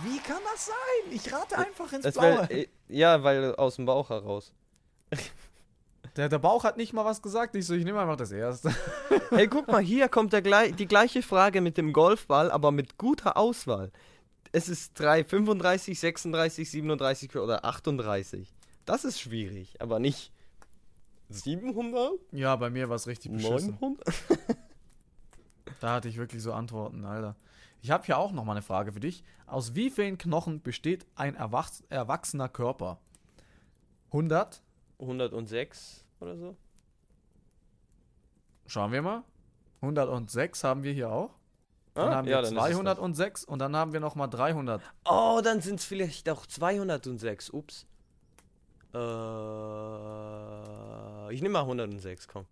Wie kann das sein? Ich rate einfach ins
Das wär, äh, ja, weil aus dem Bauch heraus.
Der, der Bauch hat nicht mal was gesagt. Ich so, ich nehme einfach das erste.
Hey, guck mal, hier kommt der gleich, die gleiche Frage mit dem Golfball, aber mit guter Auswahl. Es ist 3, 35, 36, 37 oder 38. Das ist schwierig, aber nicht 700,
Ja, bei mir war es richtig beschissen.
900.
Da hatte ich wirklich so Antworten, Alter. Ich habe hier auch noch mal eine Frage für dich. Aus wie vielen Knochen besteht ein erwachs erwachsener Körper? 100?
106 oder so.
Schauen wir mal. 106 haben wir hier auch. Ah, Dann haben wir
Ah, ist es das.
206 und dann haben wir noch mal 300.
Oh, dann sind es vielleicht auch 206. Ups. Äh, ich nehme mal 106, komm.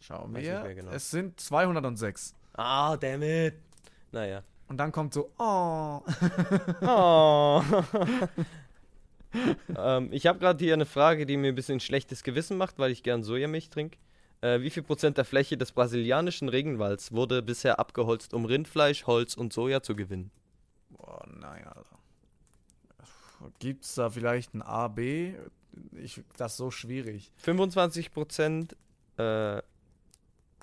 Schauen
Weiß
wir.
nicht mehr genau.
Es sind 206.
Ah, damn it. Naja.
Und dann kommt so, oh.
Oh. ähm, ich habe gerade hier eine Frage, die mir ein bisschen schlechtes Gewissen macht, weil ich gern Sojamilch trinke. Äh, wie viel Prozent der Fläche des brasilianischen Regenwalds wurde bisher abgeholzt, um Rindfleisch, Holz und Soja zu gewinnen?
Boah, nein, Alter. Gibt's da vielleicht ein A, B? Ich, das ist so schwierig.
25 Prozent, äh,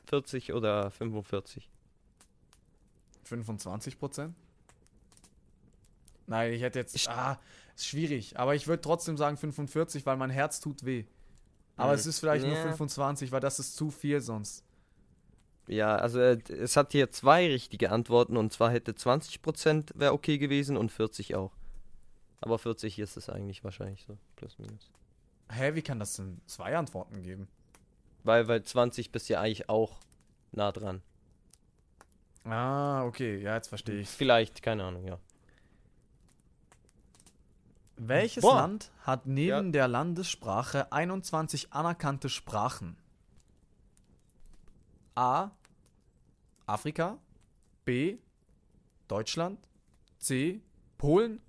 40 oder 45?
25 Prozent? Nein, ich hätte jetzt.
Ich-
ah, ist schwierig. Aber ich würde trotzdem sagen 45, weil mein Herz tut weh. Aber
Hm.
es ist vielleicht nur
Ja.
25, weil das ist zu viel sonst.
Ja, also äh, es hat hier zwei richtige Antworten und zwar hätte 20% wäre okay gewesen und 40 auch. Aber 40 ist es eigentlich wahrscheinlich so, plus minus.
Hä, wie kann das denn zwei Antworten geben?
Weil, weil 20 bist ja eigentlich auch nah dran.
Ah, okay, ja, jetzt verstehe ich.
Hm. Vielleicht, keine Ahnung, ja.
Welches
Boah.
Land hat neben
Ja.
der Landessprache 21 anerkannte Sprachen? A. Afrika. B. Deutschland. C. Polen.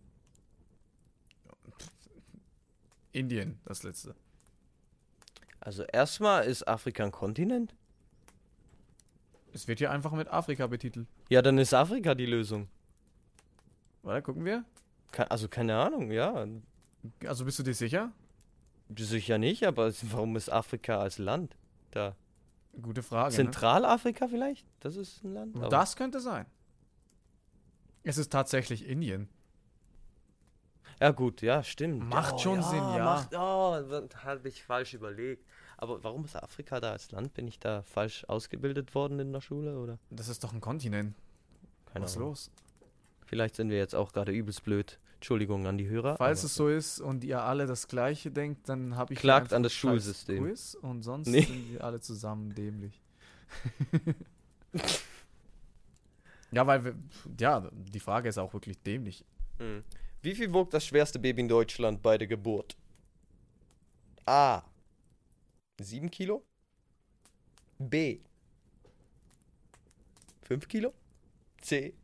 Indien, das letzte.
Also erstmal ist Afrika ein Kontinent?
Es wird hier einfach mit Afrika betitelt.
Ja, dann ist Afrika die Lösung.
Warte, gucken wir.
Ke also keine Ahnung, ja.
Also bist du dir sicher?
Sicher nicht, aber es- warum ist Afrika als Land da?
Gute Frage. ne?
Zentralafrika vielleicht? Das ist ein Land. aber-
Das könnte sein. Es ist tatsächlich Indien.
Ja, gut, ja, stimmt.
Macht schon Sinn, ja.
Macht, oh, habe ich falsch überlegt. Aber warum ist Afrika da als Land? Bin ich da falsch ausgebildet worden in der Schule oder?
Das ist doch ein Kontinent.
Keine
Was ist
Ahnung.
los?
Vielleicht sind wir jetzt auch gerade übelst blöd. Entschuldigung an die Hörer.
Falls
aber-
es so ist und ihr alle das Gleiche denkt, dann habe ich. hier
Klagt
einfach
an das
ein scheiß
Schulsystem.
Quiz und sonst
Nee.
sind wir alle zusammen dämlich. ja, weil wir, ja, die Frage ist auch wirklich dämlich.
Hm. Wie viel wog das schwerste Baby in Deutschland bei der Geburt? A. 7 Kilo. B. 5 Kilo. C.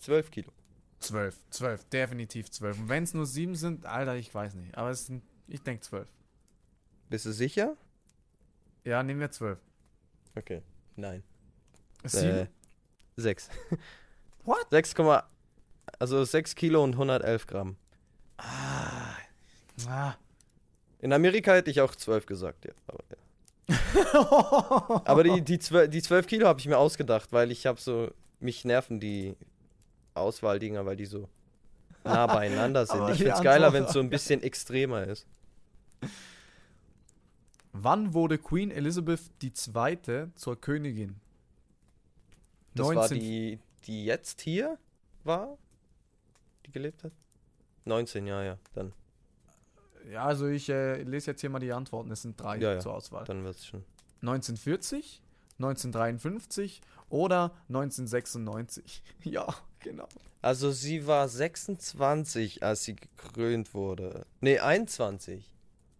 12 Kilo.
Zwölf, zwölf, definitiv zwölf. Und wenn es nur sieben sind, Alter, ich weiß nicht. Aber es sind, ich denke zwölf.
Bist du sicher?
Ja, nehmen wir zwölf.
Okay. Nein. Äh.
Sieben?
6.
What?
6, also 6 Kilo und 111 Gramm.
Ah. Ah.
In Amerika hätte ich auch 12 gesagt, ja. Aber, ja. Aber die, die, 12, die 12 Kilo habe ich mir ausgedacht, weil ich habe so, mich nerven die Auswahldinger, weil die so nah beieinander sind.
Aber
ich
die
finde es geiler,
Antwort-
wenn es so ein bisschen extremer ist.
Wann wurde Queen Elizabeth II. zur Königin?
Das war die, die jetzt hier war, die gelebt hat. 19, ja, ja, dann,
Ja, also ich äh, lese jetzt hier mal die Antworten. Es sind drei
Ja, ja.
zur Auswahl.
dann wird es schon.
1940, 1953 oder 1996. ja, genau.
Also sie war 26, als sie gekrönt wurde. Nee, 21.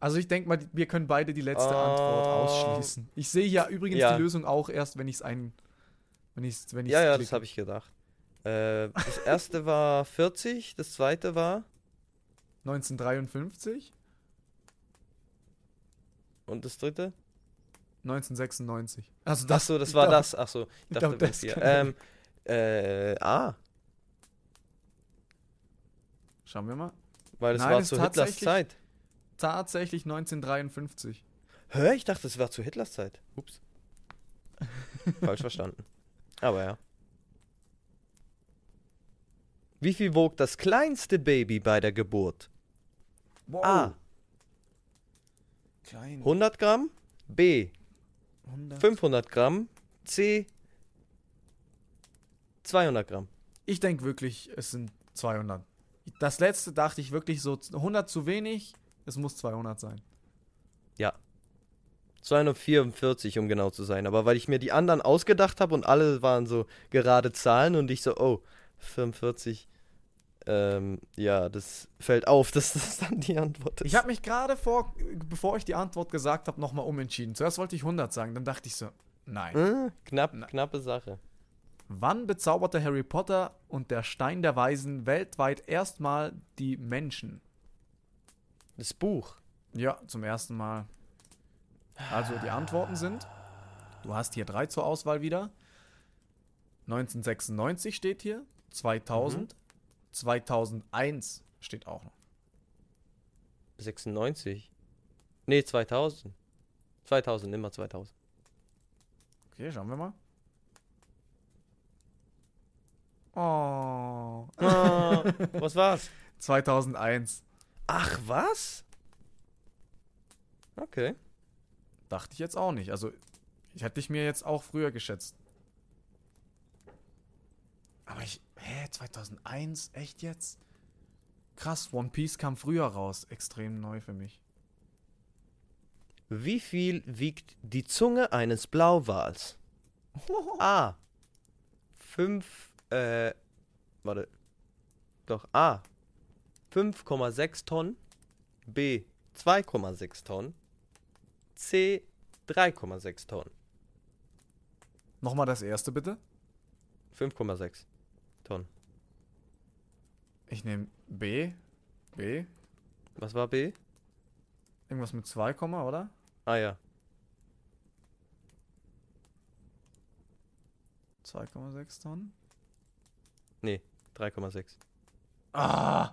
Also ich denke mal, die- wir können beide die letzte
Oh.
Antwort ausschließen. Ich sehe ja übrigens
Ja.
die Lösung auch erst, wenn ich es ein... Wenn ich wenn ich's
ja, ja,
klicke.
das habe ich gedacht. Äh, das erste war 40, das zweite war
1953,
Und das dritte?
1996. Also das,
Achso, das
ich
war
dachte-
das. Achso, ich
ich
dachte,
dachte,
das
das
hier. Ähm,
kann-
äh, ah,
Schauen wir mal.
weil das
Nein,
war
das
zu
ist
Hitlers
tatsächlich-
Zeit.
Tatsächlich 1953.
Hä? Ich dachte, das war zu Hitlers Zeit. Ups. Falsch verstanden. Aber ja. Wie viel wog das kleinste Baby bei der Geburt?
Wow.
A.
Klein.
100 Gramm. B.
100.
500 Gramm. C. 200 Gramm.
Ich denke wirklich, es sind 200. Das letzte dachte ich wirklich so 100 zu wenig. Es muss 200 sein.
244, um genau zu sein. Aber weil ich mir die anderen ausgedacht habe und alle waren so gerade Zahlen und ich so, oh, 45. Ähm, ja, das fällt auf, dass das dann die Antwort ist.
Ich habe mich gerade vor, bevor ich die Antwort gesagt habe, nochmal umentschieden. Zuerst wollte ich 100 sagen, dann dachte ich so, nein.
Äh, knapp,
Na.
knappe Sache.
Wann bezauberte Harry Potter und der Stein der Weisen weltweit erstmal die Menschen?
Das Buch.
Ja, zum ersten Mal. Also die Antworten sind, du hast hier drei zur Auswahl wieder. 1996 steht hier, 2000, 2001 steht auch noch.
96. Nee, 2000. 2000, immer 2000.
Okay, schauen wir mal. Oh,
Ah, was war's?
2001.
Ach, was? Okay.
Dachte ich jetzt auch nicht. Also, ich hätte ich mir jetzt auch früher geschätzt. Aber ich. Hä, 2001? Echt jetzt? Krass, One Piece kam früher raus. Extrem neu für mich.
Wie viel wiegt die Zunge eines Blauwals? A. 5, äh, warte. Doch, A. 5,6 Tonnen. B. 2,6 Tonnen. C. 3,6 Tonnen.
Nochmal das erste bitte.
5,6 Tonnen.
Ich nehme B. B.
Was war B?
Irgendwas mit 2, Komma, oder?
Ah ja.
2,6 Tonnen.
Nee, 3,6.
Ah!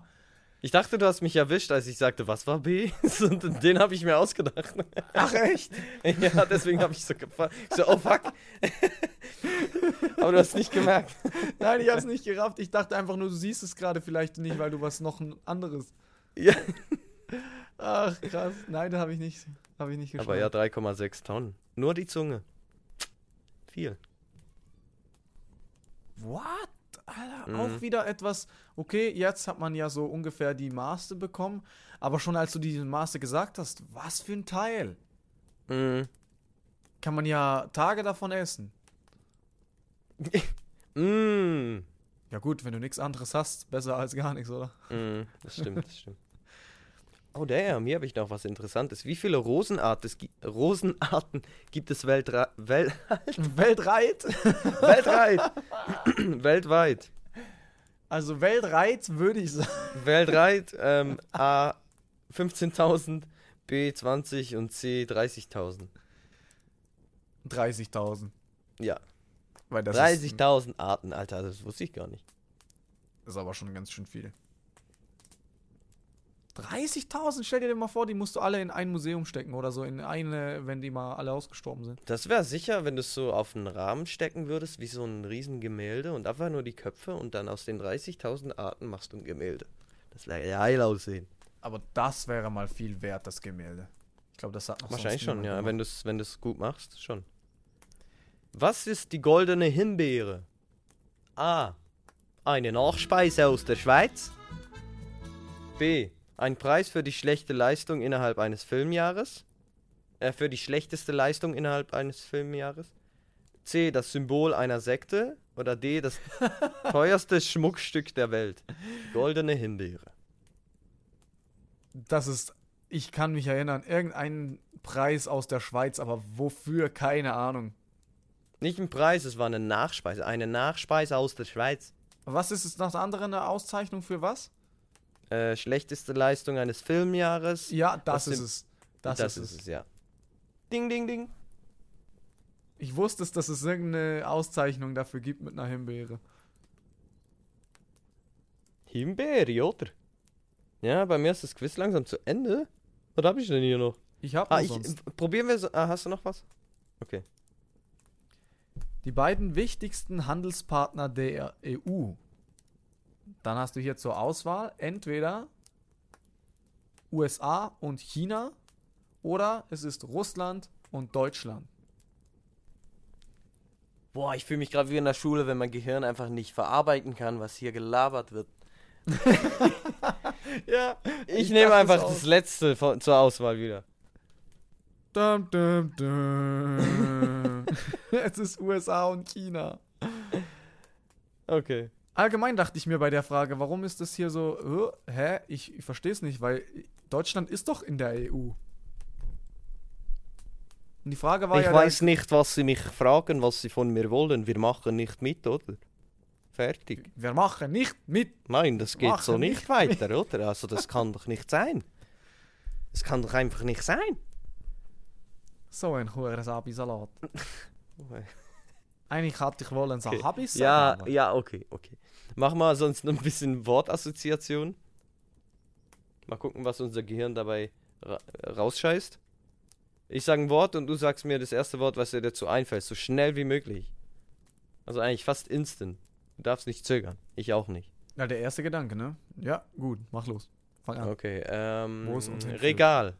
Ich dachte, du hast mich erwischt, als ich sagte, was war B? Und den habe ich mir ausgedacht.
Ach, echt?
ja, deswegen habe ich so gefragt. Ich so, oh fuck. Aber du hast nicht gemerkt.
Nein, ich hab's nicht gerafft. Ich dachte einfach nur, du siehst es gerade vielleicht nicht, weil du was noch ein anderes.
Ja.
Ach, krass. Nein, da habe ich nicht, hab ich nicht
Aber ja, 3,6 Tonnen. Nur die Zunge. Viel.
What? Alter,
Mhm.
auch wieder etwas. Okay, jetzt hat man ja so ungefähr die Maße bekommen, aber schon als du diese Maße gesagt hast, was für ein Teil?
Mm.
Kann man ja Tage davon essen.
Mm.
Ja gut, wenn du nichts anderes hast, besser als gar nichts, oder?
Mm. Das stimmt, das stimmt. Oh damn, hier habe ich noch was Interessantes. Wie viele Rosenart es gi Rosenarten gibt es weltra wel
Weltreit?
weltweit? weltweit.
Also Weltreit würde ich sagen.
Weltweit ähm, A 15.000, B 20 und C 30.000.
30.000.
Ja,
Weil das 30.
30.000 Arten, Alter, das wusste ich gar nicht.
ist aber schon ganz schön viel. 30.000, stell dir den mal vor, die musst du alle in ein Museum stecken oder so, in eine, wenn die mal alle ausgestorben sind.
Das wäre sicher, wenn du es so auf einen Rahmen stecken würdest, wie so ein Riesengemälde und einfach nur die Köpfe und dann aus den 30.000 Arten machst du ein Gemälde. Das wäre geil aussehen.
Aber das wäre mal viel wert, das Gemälde. Ich glaube, das hat noch
Wahrscheinlich
sonst
schon, ja,
niemand
wenn du es wenn du's gut machst, schon. Was ist die goldene Himbeere? A. Eine Nachspeise aus der Schweiz. B. Ein Preis für die schlechte Leistung innerhalb eines Filmjahres. Äh, für die schlechteste Leistung innerhalb eines Filmjahres. C. Das Symbol einer Sekte. Oder D. Das teuerste Schmuckstück der Welt. Goldene Himbeere.
gemacht. Das ist, ich kann mich erinnern, irgendeinen Preis aus der Schweiz, aber wofür, keine Ahnung.
Nicht ein Preis, es war eine Nachspeise. Eine Nachspeise aus der Schweiz.
Was ist es nach der anderen eine Auszeichnung für was?
Äh, schlechteste Leistung eines Filmjahres.
Ja, das,
Das
ist
sind-
es. Das, ist es.
ja. Ding, ding, ding.
Ich wusste es, dass es irgendeine Auszeichnung dafür gibt mit einer Himbeere.
Himbeere, oder? Ja, bei mir ist das Quiz langsam zu Ende. Was habe ich denn hier noch?
Ich habe
Ah,
ah,
ich,
sonst.
probieren wir so. Ah, hast du noch was?
Die beiden wichtigsten Handelspartner der EU. Dann hast du hier zur Auswahl entweder USA und China oder es ist Russland und Deutschland.
Boah, ich fühle mich gerade wie in der Schule, wenn mein Gehirn einfach nicht verarbeiten kann, was hier gelabert wird.
Ja.
Ich,
Ich
nehme
dachte
einfach
es auch.
das letzte von, zur Auswahl wieder.
Dum, dum, dum. es ist USA und China.
Okay.
Allgemein dachte ich mir bei der Frage, warum ist das hier so, äh, hä, ich, ich verstehe es nicht, weil Deutschland ist doch in der EU. Und die Frage war
ich
ja,
weiß nicht, was sie mich fragen, was sie von mir wollen. Wir machen nicht mit, oder? Fertig.
wir machen nicht mit.
Nein, das geht so
Machen
nicht, weiter, oder? Also das kann doch nicht sein. Es kann doch einfach nicht sein.
So ein hoher Sabi-Salat. Eigentlich hatte ich wohl einen
Okay.
Sahabis.
Ja, ja, okay, okay. Mach mal sonst noch ein bisschen Wortassoziation. Mal gucken, was unser Gehirn dabei ra rausscheißt. Ich sage ein Wort und du sagst mir das erste Wort, was dir dazu einfällt, so schnell wie möglich. Also eigentlich fast instant. Du darfst nicht zögern. Ich auch nicht.
Na, der erste Gedanke, ne? Ja, gut, mach los. Fang an.
Okay, ähm.
Wo es uns hinführt.
Regal.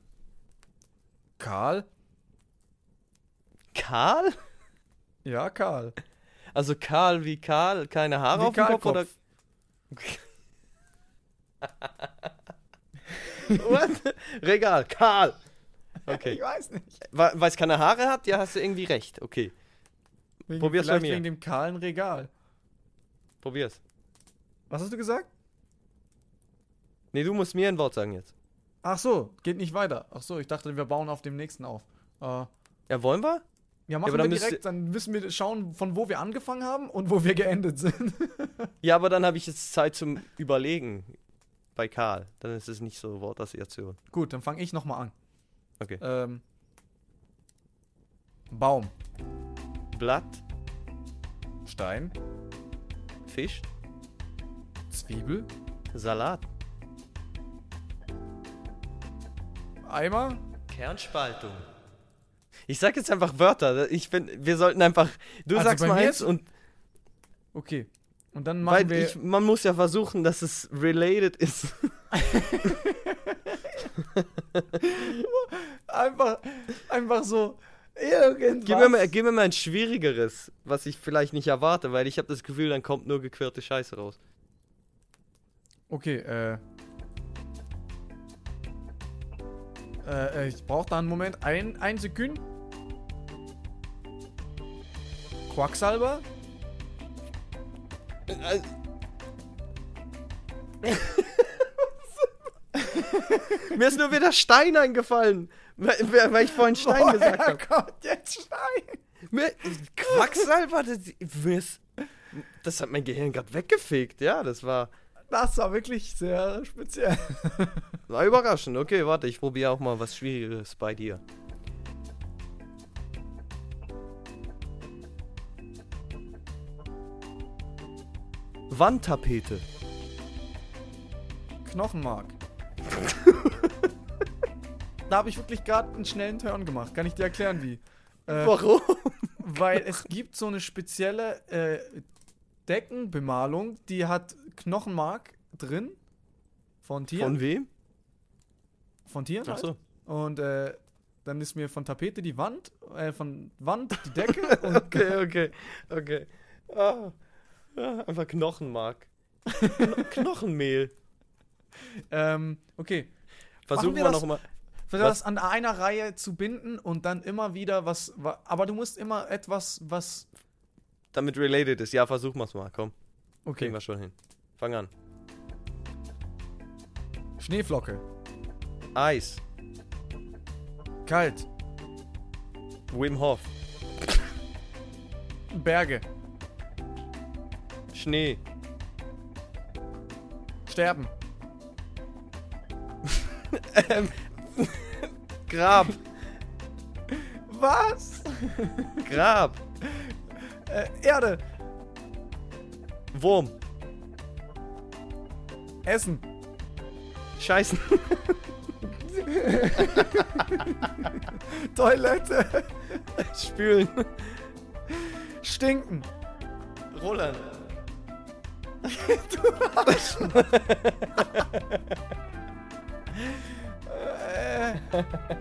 Karl?
Karl?
Ja, Karl.
Also Karl wie Karl, keine Haare
Wie
auf dem Kopf oder.
Kahlkopf.
What? Regal, Karl! Okay.
Ich weiß nicht.
Wa- Weil es keine Haare hat, ja, hast du irgendwie recht. Okay,
Wegen,
Probier's bei
vielleicht
mir.
wegen dem kahlen Regal.
probier's.
Was hast du gesagt?
Nee, du musst mir ein Wort sagen jetzt.
Ach so, geht nicht weiter. Ach so, ich dachte, wir bauen auf dem nächsten auf. Äh,
Ja, wollen wir?
ja, machen
aber dann
wir
müsst
direkt, dann müssen wir schauen, von wo wir angefangen haben und wo wir geendet sind.
Ja, aber dann habe ich jetzt Zeit zum Überlegen bei Karl. Dann ist es nicht so Wortassoziation.
Gut, dann fange ich nochmal an.
Okay.
Ähm, Baum.
Blatt,
Stein.
Fisch,
Zwiebel.
Salat,
Eimer.
Kernspaltung. Ich sag jetzt einfach Wörter. Ich bin, wir sollten einfach. Du
Also
sagst
bei
mal
mir
eins
ist-
und
Okay. Und dann machen
weil
wir.
ich, man muss ja versuchen, dass es related ist.
einfach, einfach so. Irgendwas.
Gib mir, mal, äh, gib mir mal ein schwierigeres, was ich vielleicht nicht erwarte, weil ich habe das Gefühl, dann kommt nur gequirlte Scheiße raus.
okay, äh. Äh, äh, ich brauche da einen Moment. Ein, ein Sekund. Quacksalber?
Also- Mir ist nur wieder Stein eingefallen, weil, weil ich vorhin Stein gesagt habe.
Gott, jetzt Stein.
Mir- Quacksalber, das, mir ist- das hat mein Gehirn gerade weggefegt. Ja, das war,
Das war wirklich sehr speziell.
war überraschend. Okay, warte, ich probiere auch mal was Schwieriges bei dir. Wandtapete.
Knochenmark. da habe ich wirklich gerade einen schnellen Turn gemacht. Kann ich dir erklären, wie? Äh,
Warum?
Weil es gibt so eine spezielle äh, Deckenbemalung, die hat Knochenmark drin. Von Tieren.
Von wem?
Von, Tieren. halt.
Ach so.
Und äh, dann ist mir von Tapete die Wand, äh, von Wand die Decke und
Okay, okay, okay. Ah, ah, einfach Knochenmark. Kno Knochenmehl.
ähm, okay.
Versuchen
wir
wir
das-
nochmal.
Versuch
Was-
das an einer Reihe zu binden und dann immer wieder was. wa- Aber du musst immer etwas, was.
Damit related ist. Ja, versuchen wir es mal. Komm, kriegen
Okay.
wir schon hin. Fang an.
Schneeflocke.
Eis.
Kalt.
Wim Hof.
Berge.
Schnee.
Sterben.
Grab.
Was?
Grab.
Äh, Erde.
Wurm.
Essen.
Scheißen.
Toilette.
Spülen.
Stinken.
Rollern.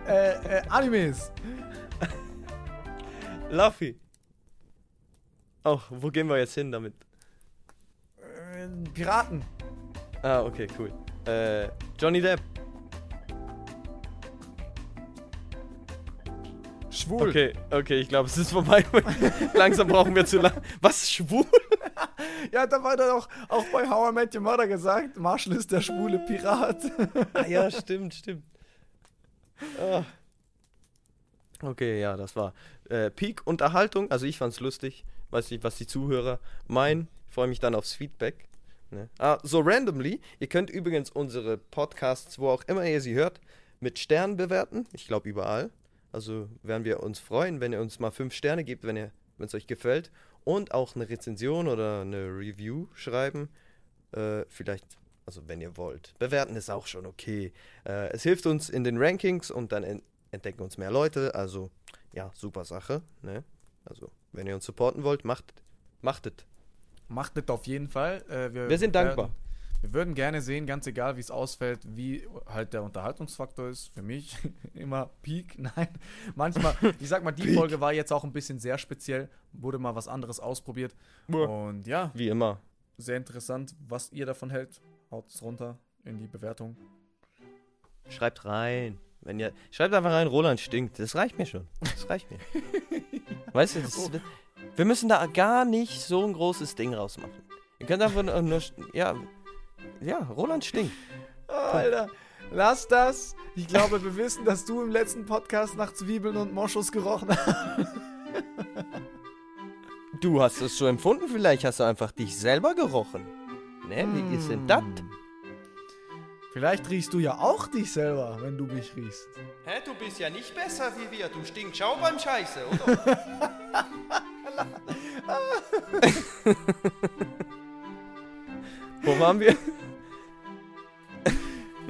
Äh, äh, Animes.
Luffy. Oh, wo gehen wir jetzt hin damit?
Äh, Piraten.
Ah, okay, cool. Äh, Johnny Depp.
Schwul.
Okay, okay, ich glaube, es ist vorbei. Langsam brauchen wir zu lang. Was schwul?
Ja, da war dann auch, auch bei How I Met Your Mother gesagt, Marshall ist der schwule Pirat.
Ah, ja, stimmt, stimmt. Ah. Okay, ja, das war äh, Peak Unterhaltung. Also ich fand's lustig. Weiß nicht, was die Zuhörer meinen. Ich freue mich dann aufs Feedback. Ne? Ah, so randomly. Ihr könnt übrigens unsere Podcasts, wo auch immer ihr sie hört, mit Sternen bewerten. Ich glaube überall. Also werden wir uns freuen, wenn ihr uns mal fünf Sterne gebt, wenn ihr, wenn es euch gefällt. Und auch eine Rezension oder eine Review schreiben. Äh, vielleicht, also wenn ihr wollt. Bewerten ist auch schon okay. Äh, es hilft uns in den Rankings und dann en- entdecken uns mehr Leute. Also, ja, super Sache. Ne? Also, wenn ihr uns supporten wollt, macht, machtet.
Macht das auf jeden Fall. Äh,
Wir sind dankbar.
Werden, wir würden gerne sehen, ganz egal wie es ausfällt, wie halt der Unterhaltungsfaktor ist. Für mich immer Peak. Nein, manchmal, ich sag mal, die Folge war jetzt auch ein bisschen sehr speziell. Wurde mal was anderes ausprobiert.
Buh.
Und ja,
Wie immer.
sehr interessant, was ihr davon hält. Haut's runter in die Bewertung.
Schreibt rein. Wenn ihr, schreibt einfach rein, Roland stinkt. Das reicht mir schon. Das reicht mir. weißt du, das, ist- wir müssen da gar nicht so ein großes Ding rausmachen. Ihr könnt einfach nur- nur. Ja, ja Roland stinkt.
Alter, lass das. Ich glaube, wir wissen, dass du im letzten Podcast nach Zwiebeln und Moschus gerochen hast.
Du hast es so empfunden, vielleicht hast du einfach dich selber gerochen. Ne, wie ist denn das?
Vielleicht riechst du ja auch dich selber, wenn du mich riechst.
Hä, du bist ja nicht besser wie wir, du stinkst schau beim Scheiße, oder? Wo waren wir?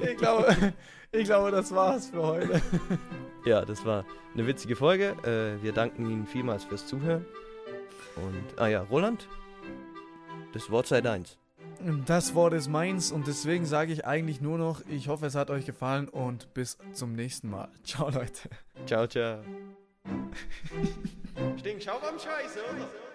Ich glaube, ich glaube, das war's für heute.
Ja, das war eine witzige Folge. Äh, wir danken Ihnen vielmals fürs Zuhören. Und, ah ja, Roland, das Wort sei deins.
Das Wort ist meins und deswegen sage ich eigentlich nur noch, ich hoffe, es hat euch gefallen und bis zum nächsten Mal. Ciao, Leute.
Ciao, ciao. Stinkschau beim Scheiße, oder?